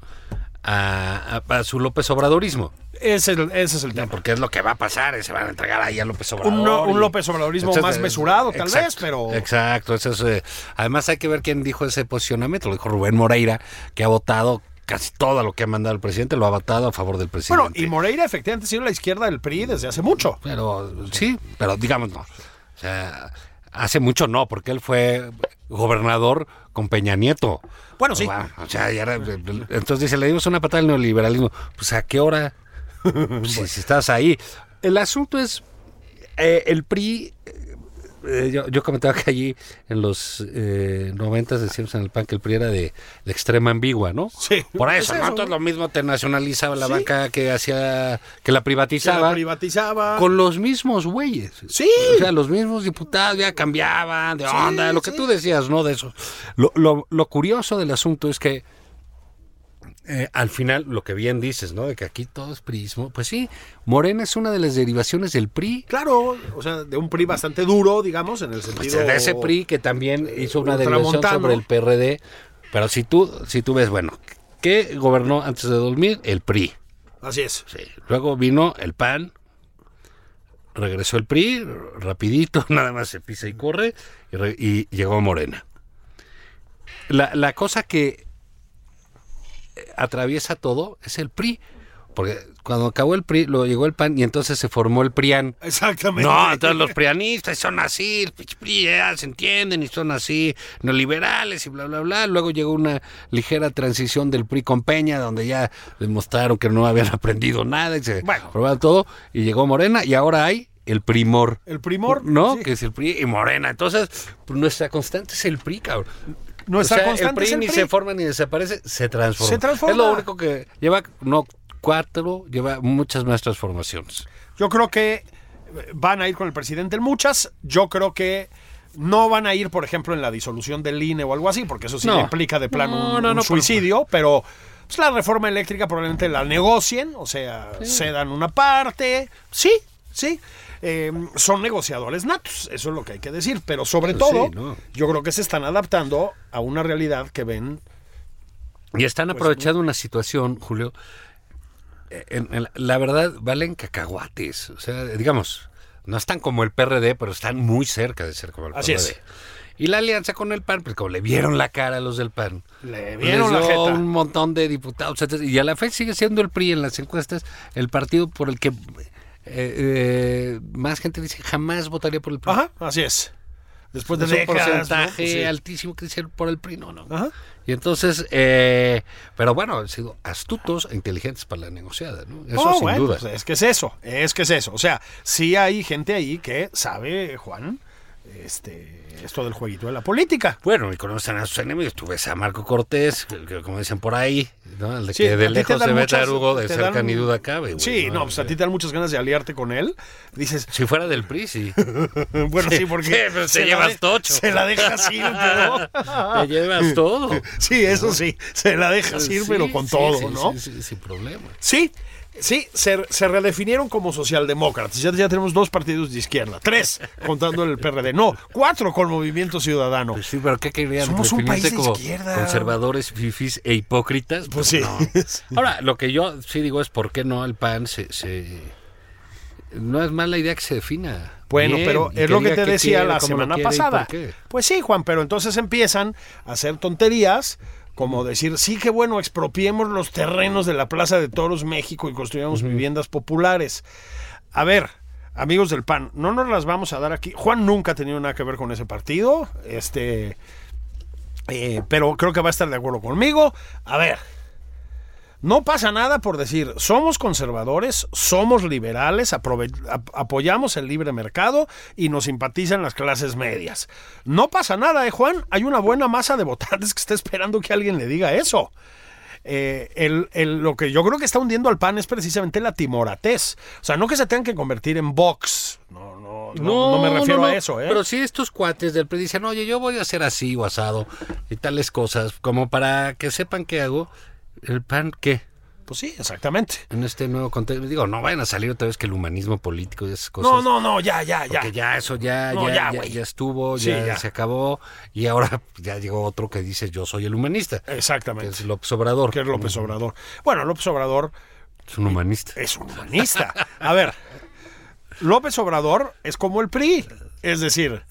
Speaker 2: A, a- a su López Obradorismo.
Speaker 3: Ese es el, ese es el tema.
Speaker 2: Porque es lo que va a pasar, eh, se van a entregar ahí a López Obrador.
Speaker 3: Un, no- un
Speaker 2: y-
Speaker 3: López Obradorismo
Speaker 2: Entonces,
Speaker 3: más
Speaker 2: eh,
Speaker 3: mesurado, tal
Speaker 2: exacto,
Speaker 3: vez, pero...
Speaker 2: Exacto, eso es, eh, además hay que ver quién dijo ese posicionamiento, lo dijo Rubén Moreira, que ha votado casi todo lo que ha mandado el presidente, lo ha votado a favor del presidente.
Speaker 3: Bueno, y Moreira efectivamente ha sido la izquierda del PRI desde hace mucho.
Speaker 2: pero sí, pero digamos no. O sea, hace mucho no, porque él fue gobernador con Peña Nieto. Ah,
Speaker 3: Bueno, sí.
Speaker 2: O sea, ya era- entonces dice, le dimos una patada al neoliberalismo. Pues a qué hora? Pues, si, si estás ahí. El asunto es, eh, el PRI, eh, yo, yo comentaba que allí en los eh, noventas decíamos en el PAN que el PRI era de, de extrema ambigua, ¿no?
Speaker 3: Sí.
Speaker 2: Por eso,
Speaker 3: Es
Speaker 2: ¿no?
Speaker 3: eso.
Speaker 2: Entonces lo mismo te nacionalizaba la banca que hacía, que la
Speaker 3: Se la
Speaker 2: privatizaba
Speaker 3: privatizaba.
Speaker 2: con los mismos güeyes.
Speaker 3: Sí.
Speaker 2: O sea, los mismos diputados ya cambiaban de onda, lo que tú decías, ¿no? De eso. Lo, lo- lo curioso del asunto es que eh, al final, lo que bien dices, ¿no? De que aquí todo es prismo. Pues sí, Morena es una de las derivaciones del PRI.
Speaker 3: Claro, o sea, de un PRI bastante duro, digamos, en el
Speaker 2: O
Speaker 3: sentido...
Speaker 2: sea, Pues de ese PRI que también hizo una derivación
Speaker 3: Ultramontano.
Speaker 2: sobre el PRD. Pero si tú, si tú ves, bueno, ¿qué gobernó antes de 2000? El PRI.
Speaker 3: Así es.
Speaker 2: Sí. Luego vino el PAN, regresó el PRI, rapidito, nada más se pisa y corre, y, re- y llegó Morena. La, la cosa que atraviesa todo eh, es el PRI. Porque cuando acabó el PRI, lo llegó el PAN y entonces se formó el PRIAN.
Speaker 3: Exactamente.
Speaker 2: No, entonces los prianistas son así, el pinche PRI ya se entienden y son así, neoliberales y bla, bla, bla. Luego llegó una ligera transición del PRI con Peña, donde ya demostraron que no habían aprendido nada y se
Speaker 3: Bueno.
Speaker 2: probaba todo. Y llegó Morena y ahora hay el primor.
Speaker 3: El primor,
Speaker 2: ¿No?
Speaker 3: sí.
Speaker 2: Que es el PRI y Morena. Entonces, pues, nuestra constante es el PRI, cabrón.
Speaker 3: Nuestra
Speaker 2: O sea,
Speaker 3: constante
Speaker 2: el PRI
Speaker 3: es el
Speaker 2: ni
Speaker 3: PRI.
Speaker 2: se forma ni desaparece, se transforma.
Speaker 3: Se transforma.
Speaker 2: Es lo único que lleva, no cuatro, lleva muchas más transformaciones.
Speaker 3: Yo creo que van a ir con el presidente en muchas. Yo creo que no van a ir, por ejemplo, en la disolución del INE o algo así, porque eso sí
Speaker 2: No.
Speaker 3: implica de plano
Speaker 2: No,
Speaker 3: un,
Speaker 2: no,
Speaker 3: un
Speaker 2: no, pero-
Speaker 3: suicidio, pero... pues, la reforma eléctrica probablemente la negocien, o sea, cedan una parte. Sí, sí. Eh, son negociadores natos, eso es lo que hay que decir. Pero sobre
Speaker 2: Pues sí,
Speaker 3: todo,
Speaker 2: ¿no?
Speaker 3: yo creo que se están adaptando a una realidad que ven
Speaker 2: Y están
Speaker 3: Pues
Speaker 2: aprovechando una situación, Julio. eh, en- en la- la verdad, valen cacahuates. O sea, digamos, no están como el PRD, pero están muy cerca de ser como el
Speaker 3: Así
Speaker 2: PRD.
Speaker 3: es.
Speaker 2: Y la alianza con el PAN, pues como le vieron la cara a los del PAN.
Speaker 3: Le vieron la
Speaker 2: dio
Speaker 3: jeta.
Speaker 2: un montón de diputados, etcétera. Y a la fecha sigue siendo el PRI en las encuestas el partido por el que eh, eh, más gente dice jamás votaría por el PRI.
Speaker 3: Ajá, así es. Después de
Speaker 2: Es un
Speaker 3: décadas, ¿no?
Speaker 2: porcentaje
Speaker 3: Sí.
Speaker 2: altísimo que dice por el PRI, no, no.
Speaker 3: Ajá.
Speaker 2: Y entonces, eh, pero bueno, han sido astutos e inteligentes para la negociada, ¿no? Eso
Speaker 3: No,
Speaker 2: sin
Speaker 3: bueno,
Speaker 2: duda.
Speaker 3: pues es que es eso, es que es eso. O sea, sí hay gente ahí que sabe, Juan, este, esto del jueguito de la política.
Speaker 2: Bueno, y conocen a sus enemigos. Tú ves a Marco Cortés, el que, como dicen por ahí, ¿no? El de
Speaker 3: Sí,
Speaker 2: que de
Speaker 3: a ti te
Speaker 2: lejos
Speaker 3: dan
Speaker 2: se ve
Speaker 3: muchas-
Speaker 2: tarugo, de
Speaker 3: te
Speaker 2: cerca
Speaker 3: dan-
Speaker 2: ni duda cabe. güey, Eh.
Speaker 3: Sí, no, pues a ti te dan muchas ganas de aliarte con él. Dices,
Speaker 2: Si fuera del PRI, sí.
Speaker 3: bueno, sí, porque
Speaker 2: Sí, pero te
Speaker 3: la
Speaker 2: llevas
Speaker 3: de-
Speaker 2: tocho.
Speaker 3: Se la dejas ir, pero
Speaker 2: Te llevas todo.
Speaker 3: Sí, eso sí, se la dejas ir,
Speaker 2: Sí,
Speaker 3: pero con
Speaker 2: sí,
Speaker 3: todo,
Speaker 2: sí,
Speaker 3: ¿no?
Speaker 2: sí, sí, sin problema.
Speaker 3: Sí, sí, se, se redefinieron como socialdemócratas. Ya, ya tenemos dos partidos de izquierda, tres, contando el PRD. No, cuatro con Movimiento Ciudadano.
Speaker 2: Pues sí, pero ¿qué querían?
Speaker 3: Somos un
Speaker 2: ¿Definirse
Speaker 3: país de
Speaker 2: como
Speaker 3: izquierda.
Speaker 2: Conservadores, fifís e hipócritas.
Speaker 3: Pues sí.
Speaker 2: no. Ahora, lo que yo sí digo es por qué no el PAN se... se- No es mala idea que se defina.
Speaker 3: Bueno,
Speaker 2: bien,
Speaker 3: pero
Speaker 2: y
Speaker 3: es lo que
Speaker 2: diga
Speaker 3: te
Speaker 2: qué
Speaker 3: decía
Speaker 2: quiere,
Speaker 3: la
Speaker 2: cómo lo
Speaker 3: semana
Speaker 2: quiere y por
Speaker 3: pasada.
Speaker 2: qué.
Speaker 3: Pues sí, Juan, pero entonces empiezan a hacer tonterías. Como decir, sí que bueno, expropiemos los terrenos de la Plaza de Toros México y construyamos viviendas populares. A ver, amigos del PAN, no nos las vamos a dar aquí. Juan nunca ha tenido nada que ver con ese partido, este, eh, pero creo que va a estar de acuerdo conmigo. A ver, no pasa nada por decir, somos conservadores, somos liberales, aprove- ap- apoyamos el libre mercado y nos simpatizan las clases medias. No pasa nada, ¿eh, Juan? Hay una buena masa de votantes que está esperando que alguien le diga eso. Eh, el- el- lo que yo creo que está hundiendo al PAN es precisamente la timoratez. O sea, no que se tengan que convertir en Vox. No, no, no, no me refiero
Speaker 2: no,
Speaker 3: a
Speaker 2: no.
Speaker 3: eso, ¿eh?
Speaker 2: Pero si estos cuates del PRI dicen, oye, yo voy a hacer así o asado y tales cosas, como para que sepan qué hago, ¿el PAN qué?
Speaker 3: Pues sí, exactamente.
Speaker 2: En este nuevo contexto, digo, no vayan a salir otra vez que el humanismo político y esas cosas.
Speaker 3: No, no, no, ya, ya, ya.
Speaker 2: Pues Porque ya eso ya,
Speaker 3: No, ya,
Speaker 2: ya, ya,
Speaker 3: güey.
Speaker 2: ya estuvo,
Speaker 3: Sí,
Speaker 2: ya,
Speaker 3: ya.
Speaker 2: se acabó y ahora ya llegó otro que dice yo soy el humanista, que
Speaker 3: Exactamente.
Speaker 2: es López Obrador. Mm,
Speaker 3: Que es López Obrador. Eh, Bueno, López Obrador
Speaker 2: Es un humanista.
Speaker 3: es un humanista. A ver, López Obrador es como el PRI, es decir,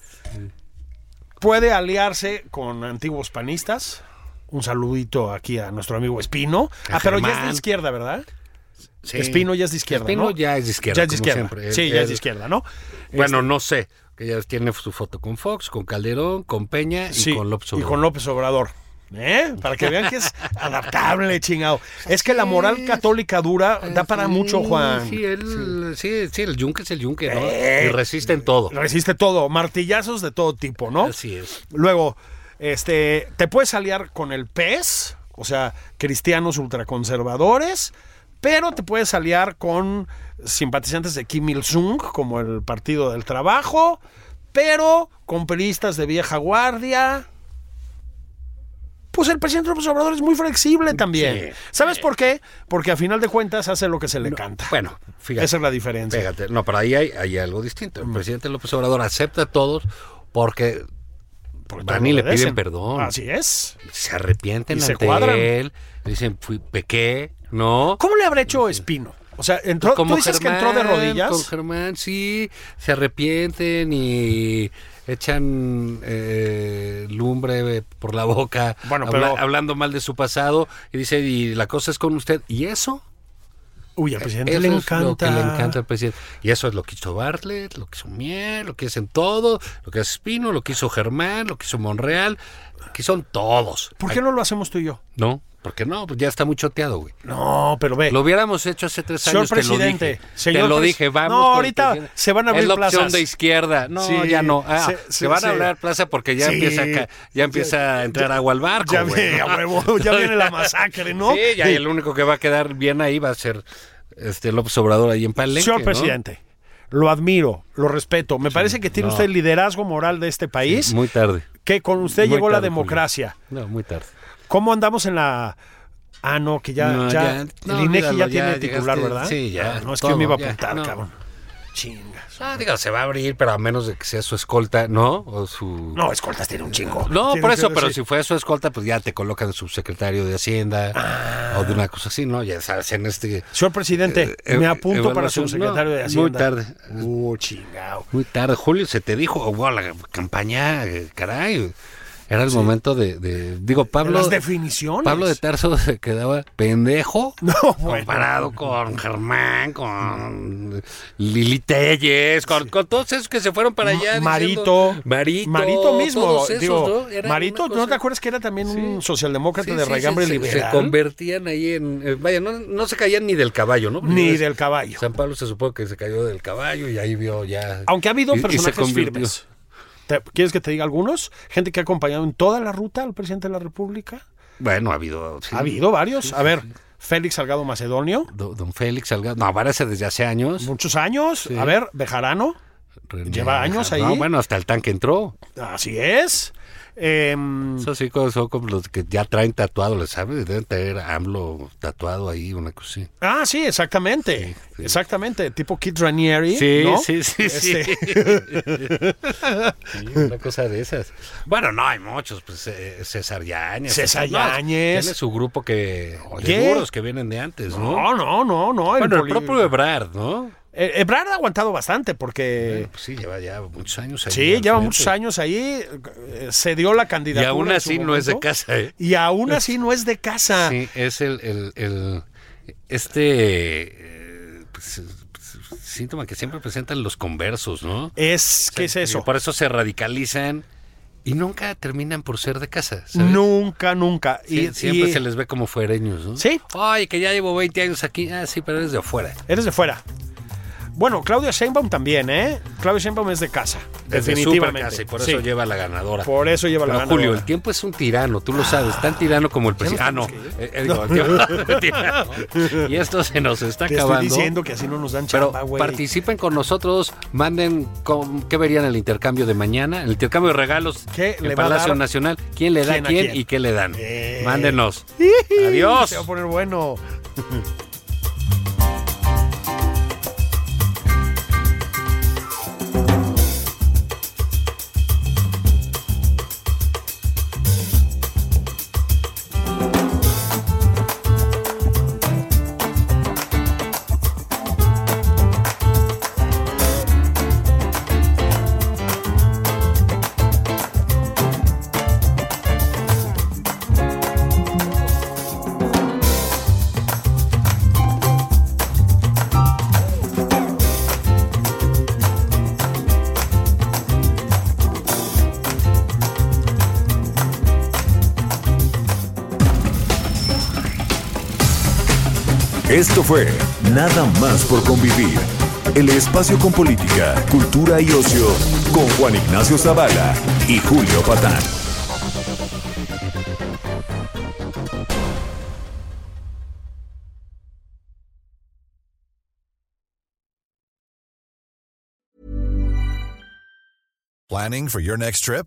Speaker 3: puede aliarse con antiguos panistas. Un saludito aquí a nuestro amigo Espino.
Speaker 2: A
Speaker 3: ah, pero ya es de
Speaker 2: Germán.
Speaker 3: izquierda, ¿verdad?
Speaker 2: Sí.
Speaker 3: Espino ya es de izquierda,
Speaker 2: Espino
Speaker 3: ¿no?
Speaker 2: ya es de izquierda.
Speaker 3: Ya es de
Speaker 2: como
Speaker 3: izquierda.
Speaker 2: siempre.
Speaker 3: Sí,
Speaker 2: Él-
Speaker 3: ya es de
Speaker 2: él-
Speaker 3: izquierda, Este- ¿no?
Speaker 2: Bueno, no sé, que ya tiene su foto con Fox, con Calderón, con Peña y
Speaker 3: Sí,
Speaker 2: con López
Speaker 3: Y
Speaker 2: Obrador.
Speaker 3: con López Obrador. ¿Eh? Para que vean que es adaptable, chingado. Es que la moral católica dura da para mucho,
Speaker 2: Sí,
Speaker 3: Juan.
Speaker 2: Sí, él, sí. sí, el yunque es el yunque, ¿no?
Speaker 3: Eh.
Speaker 2: Y resiste en todo.
Speaker 3: Resiste todo, martillazos de todo tipo, ¿no?
Speaker 2: Así es.
Speaker 3: Luego, este, te puedes aliar con el PES, o sea, cristianos ultraconservadores, pero te puedes aliar con simpatizantes de Kim Il-sung, como el Partido del Trabajo, pero con periodistas de vieja guardia. Pues el presidente López Obrador es muy flexible
Speaker 2: Sí.
Speaker 3: también. ¿Sabes por qué? Porque a final de cuentas hace lo que se le canta.
Speaker 2: Bueno, fíjate.
Speaker 3: Esa es la diferencia.
Speaker 2: Fíjate, no, pero ahí hay, hay algo distinto. El presidente López Obrador acepta a todos porque, van y le
Speaker 3: Obedecen.
Speaker 2: piden perdón.
Speaker 3: Así es.
Speaker 2: Se arrepienten
Speaker 3: Y se
Speaker 2: ante
Speaker 3: cuadran.
Speaker 2: él. Dicen, fui, pequé, ¿no?
Speaker 3: ¿Cómo le habrá hecho Espino? O sea, entró, tú dices que entró de rodillas.
Speaker 2: Con Germán, sí. Se arrepienten y echan eh, lumbre por la boca.
Speaker 3: Bueno,
Speaker 2: habla-
Speaker 3: pero-
Speaker 2: hablando mal de su pasado. Y dice, y la cosa es con usted. ¿Y eso?
Speaker 3: Uy, al presidente
Speaker 2: Eso
Speaker 3: le
Speaker 2: es lo que
Speaker 3: encanta.
Speaker 2: le encanta al presidente. Y eso es lo que hizo Bartlett, lo que hizo Mier, lo que hacen todo, lo que hace Espino, lo que hizo Germán, lo que hizo Monreal, que son todos.
Speaker 3: ¿Por qué no lo hacemos tú y yo?
Speaker 2: No, porque no, pues ya está muy choteado, güey.
Speaker 3: No, pero ve.
Speaker 2: Lo hubiéramos hecho hace tres
Speaker 3: Eh, Señor
Speaker 2: años.
Speaker 3: presidente,
Speaker 2: te lo dije.
Speaker 3: señor
Speaker 2: te lo
Speaker 3: pres-
Speaker 2: dije, vamos.
Speaker 3: No,
Speaker 2: con el
Speaker 3: ahorita
Speaker 2: presidente.
Speaker 3: se van a abrir
Speaker 2: Es la opción
Speaker 3: plazas.
Speaker 2: de izquierda. No,
Speaker 3: Sí,
Speaker 2: ya no. Ah,
Speaker 3: se-
Speaker 2: se,
Speaker 3: se-
Speaker 2: van
Speaker 3: se-
Speaker 2: a hablar plaza porque ya
Speaker 3: Sí,
Speaker 2: empieza, a ca- ya empieza a entrar agua al barco.
Speaker 3: ya,
Speaker 2: güey.
Speaker 3: ve, a huevo, ya viene la masacre, ¿no?
Speaker 2: Sí, ya y el único que va a quedar bien ahí va a ser este López Obrador ahí en Palenque.
Speaker 3: Señor
Speaker 2: ¿no?
Speaker 3: presidente, lo admiro, lo respeto. Me parece que tiene
Speaker 2: no.
Speaker 3: usted el liderazgo moral de este país,
Speaker 2: Muy tarde.
Speaker 3: que con usted
Speaker 2: muy
Speaker 3: llegó la
Speaker 2: tarde, Julio.
Speaker 3: democracia.
Speaker 2: No, muy tarde.
Speaker 3: ¿Cómo andamos en la.? Ah, no, que ya.
Speaker 2: No, ya-
Speaker 3: ya,
Speaker 2: no,
Speaker 3: el INEGI
Speaker 2: olvídalo,
Speaker 3: ya
Speaker 2: ya
Speaker 3: tiene
Speaker 2: llegaste-
Speaker 3: titular, ¿verdad?
Speaker 2: sí, ya,
Speaker 3: Ah, No, es
Speaker 2: todo,
Speaker 3: que yo me iba a
Speaker 2: ya,
Speaker 3: apuntar,
Speaker 2: no.
Speaker 3: cabrón. Chingas.
Speaker 2: Ah, digo, se va a abrir, pero a menos de que sea su escolta, ¿no? O su.
Speaker 3: No, escoltas tiene un chingo.
Speaker 2: No,
Speaker 3: Tiene
Speaker 2: por
Speaker 3: que
Speaker 2: eso,
Speaker 3: ver,
Speaker 2: pero
Speaker 3: sí.
Speaker 2: si fue su escolta, pues ya te colocan subsecretario de Hacienda
Speaker 3: Ah.
Speaker 2: o de una cosa así, ¿no? Ya sabes, en este.
Speaker 3: Señor presidente,
Speaker 2: Eh,
Speaker 3: me
Speaker 2: eh,
Speaker 3: apunto para
Speaker 2: evaluación.
Speaker 3: subsecretario
Speaker 2: No,
Speaker 3: de Hacienda.
Speaker 2: Muy tarde.
Speaker 3: Uh, chingao.
Speaker 2: Muy tarde, Julio, se te dijo, wow, la campaña, eh, caray. Era el momento de, de- Digo, Pablo.
Speaker 3: Las definiciones.
Speaker 2: Pablo de Tarso se quedaba pendejo.
Speaker 3: No, bueno.
Speaker 2: Comparado con Germán, con Lili Telles, con, con todos esos que se fueron para allá.
Speaker 3: Marito,
Speaker 2: diciendo- Marito.
Speaker 3: Marito mismo,
Speaker 2: todos esos,
Speaker 3: digo,
Speaker 2: ¿no? Era
Speaker 3: Marito,
Speaker 2: una
Speaker 3: ¿no
Speaker 2: cosa-
Speaker 3: te acuerdas que era también un
Speaker 2: Sí.
Speaker 3: socialdemócrata
Speaker 2: Sí,
Speaker 3: de
Speaker 2: sí,
Speaker 3: regambre
Speaker 2: se- se-
Speaker 3: liberal?
Speaker 2: Se convertían ahí en. eh, vaya, no, no se caían ni del caballo, ¿no? Porque
Speaker 3: Ni
Speaker 2: es-
Speaker 3: del caballo.
Speaker 2: San Pablo se supo que se cayó del caballo y ahí vio ya.
Speaker 3: Aunque ha habido
Speaker 2: y- y se
Speaker 3: personajes
Speaker 2: convirtió.
Speaker 3: firmes. ¿Te- ¿Quieres que te diga algunos? Gente que ha acompañado en toda la ruta al presidente de la República.
Speaker 2: Bueno, ha habido. sí.
Speaker 3: Ha habido varios. A ver, Félix Salgado Macedonio,
Speaker 2: Do- Don Félix Salgado. No, aparece desde hace años.
Speaker 3: muchos años. A ver, Bejarano,
Speaker 2: René
Speaker 3: lleva años
Speaker 2: Bejarano.
Speaker 3: ahí.
Speaker 2: bueno, hasta el tanque entró.
Speaker 3: así es. Em,
Speaker 2: Esos sí co- son como los que ya traen tatuado, ¿le sabes? Deben tener AMLO tatuado ahí, una cosa así.
Speaker 3: ah, sí, exactamente. Exactamente, tipo Kid Ranieri.
Speaker 2: Sí,
Speaker 3: ¿no?
Speaker 2: sí, sí, sí.
Speaker 3: Este,
Speaker 2: Sí, una cosa de esas. Bueno, no, hay muchos. Pues, eh, César Yáñez.
Speaker 3: César
Speaker 2: No,
Speaker 3: Yáñez.
Speaker 2: Tiene su grupo que,
Speaker 3: Oye.
Speaker 2: de duros que vienen de antes, ¿no?
Speaker 3: No, no, no, no. el
Speaker 2: bueno, el
Speaker 3: poli-
Speaker 2: propio Ebrard, ¿no?
Speaker 3: Eh, Ebrard ha aguantado bastante porque...
Speaker 2: Bueno, pues sí, lleva ya muchos años ahí.
Speaker 3: Sí,
Speaker 2: al
Speaker 3: lleva
Speaker 2: frente.
Speaker 3: muchos años ahí, eh, se dio la
Speaker 2: Y
Speaker 3: candidatura.
Speaker 2: aún
Speaker 3: en
Speaker 2: así
Speaker 3: su
Speaker 2: no es de
Speaker 3: momento,
Speaker 2: casa, ¿eh?
Speaker 3: Y aún así no es de casa.
Speaker 2: Sí, es el, el, el- este eh, pues, eh, pues, síntoma que siempre presentan los conversos, ¿no?
Speaker 3: Es, ¿qué es
Speaker 2: sea,
Speaker 3: eso?
Speaker 2: Por eso se radicalizan y nunca terminan por ser de casa. ¿sabes?
Speaker 3: Nunca, nunca.
Speaker 2: Sie-
Speaker 3: y,
Speaker 2: siempre
Speaker 3: y-
Speaker 2: se les ve como fuereños, ¿no?
Speaker 3: Sí.
Speaker 2: Ay, que ya llevo 20 años aquí. Ah, sí, pero eres de afuera.
Speaker 3: Eres de fuera. Bueno, Claudia Sheinbaum también, ¿eh? Claudia Sheinbaum es de casa.
Speaker 2: Desde
Speaker 3: definitivamente.
Speaker 2: supercasa, y por
Speaker 3: Sí.
Speaker 2: eso lleva la ganadora.
Speaker 3: Por eso lleva la
Speaker 2: Pero,
Speaker 3: ganadora.
Speaker 2: Julio, el tiempo es un tirano, tú lo sabes, tan tirano como el presidente. Ah, no. eh, eh, digo, el tiempo- y esto se nos está
Speaker 3: Te
Speaker 2: acabando.
Speaker 3: estoy diciendo que así no nos dan
Speaker 2: Pero
Speaker 3: chamba, güey.
Speaker 2: participen con nosotros, manden con- qué verían el intercambio de mañana, el intercambio de regalos
Speaker 3: ¿Qué
Speaker 2: en
Speaker 3: le va a
Speaker 2: Palacio
Speaker 3: dar?
Speaker 2: Nacional, quién le da
Speaker 3: ¿Quién
Speaker 2: quién,
Speaker 3: a quién?
Speaker 2: y qué le dan.
Speaker 3: Eh.
Speaker 2: Mándenos. Adiós.
Speaker 3: Se va a poner bueno.
Speaker 1: Esto fue Nada más por convivir. El espacio con política, cultura y ocio con Juan Ignacio Zavala y Julio Patán.
Speaker 4: Planning for your next trip?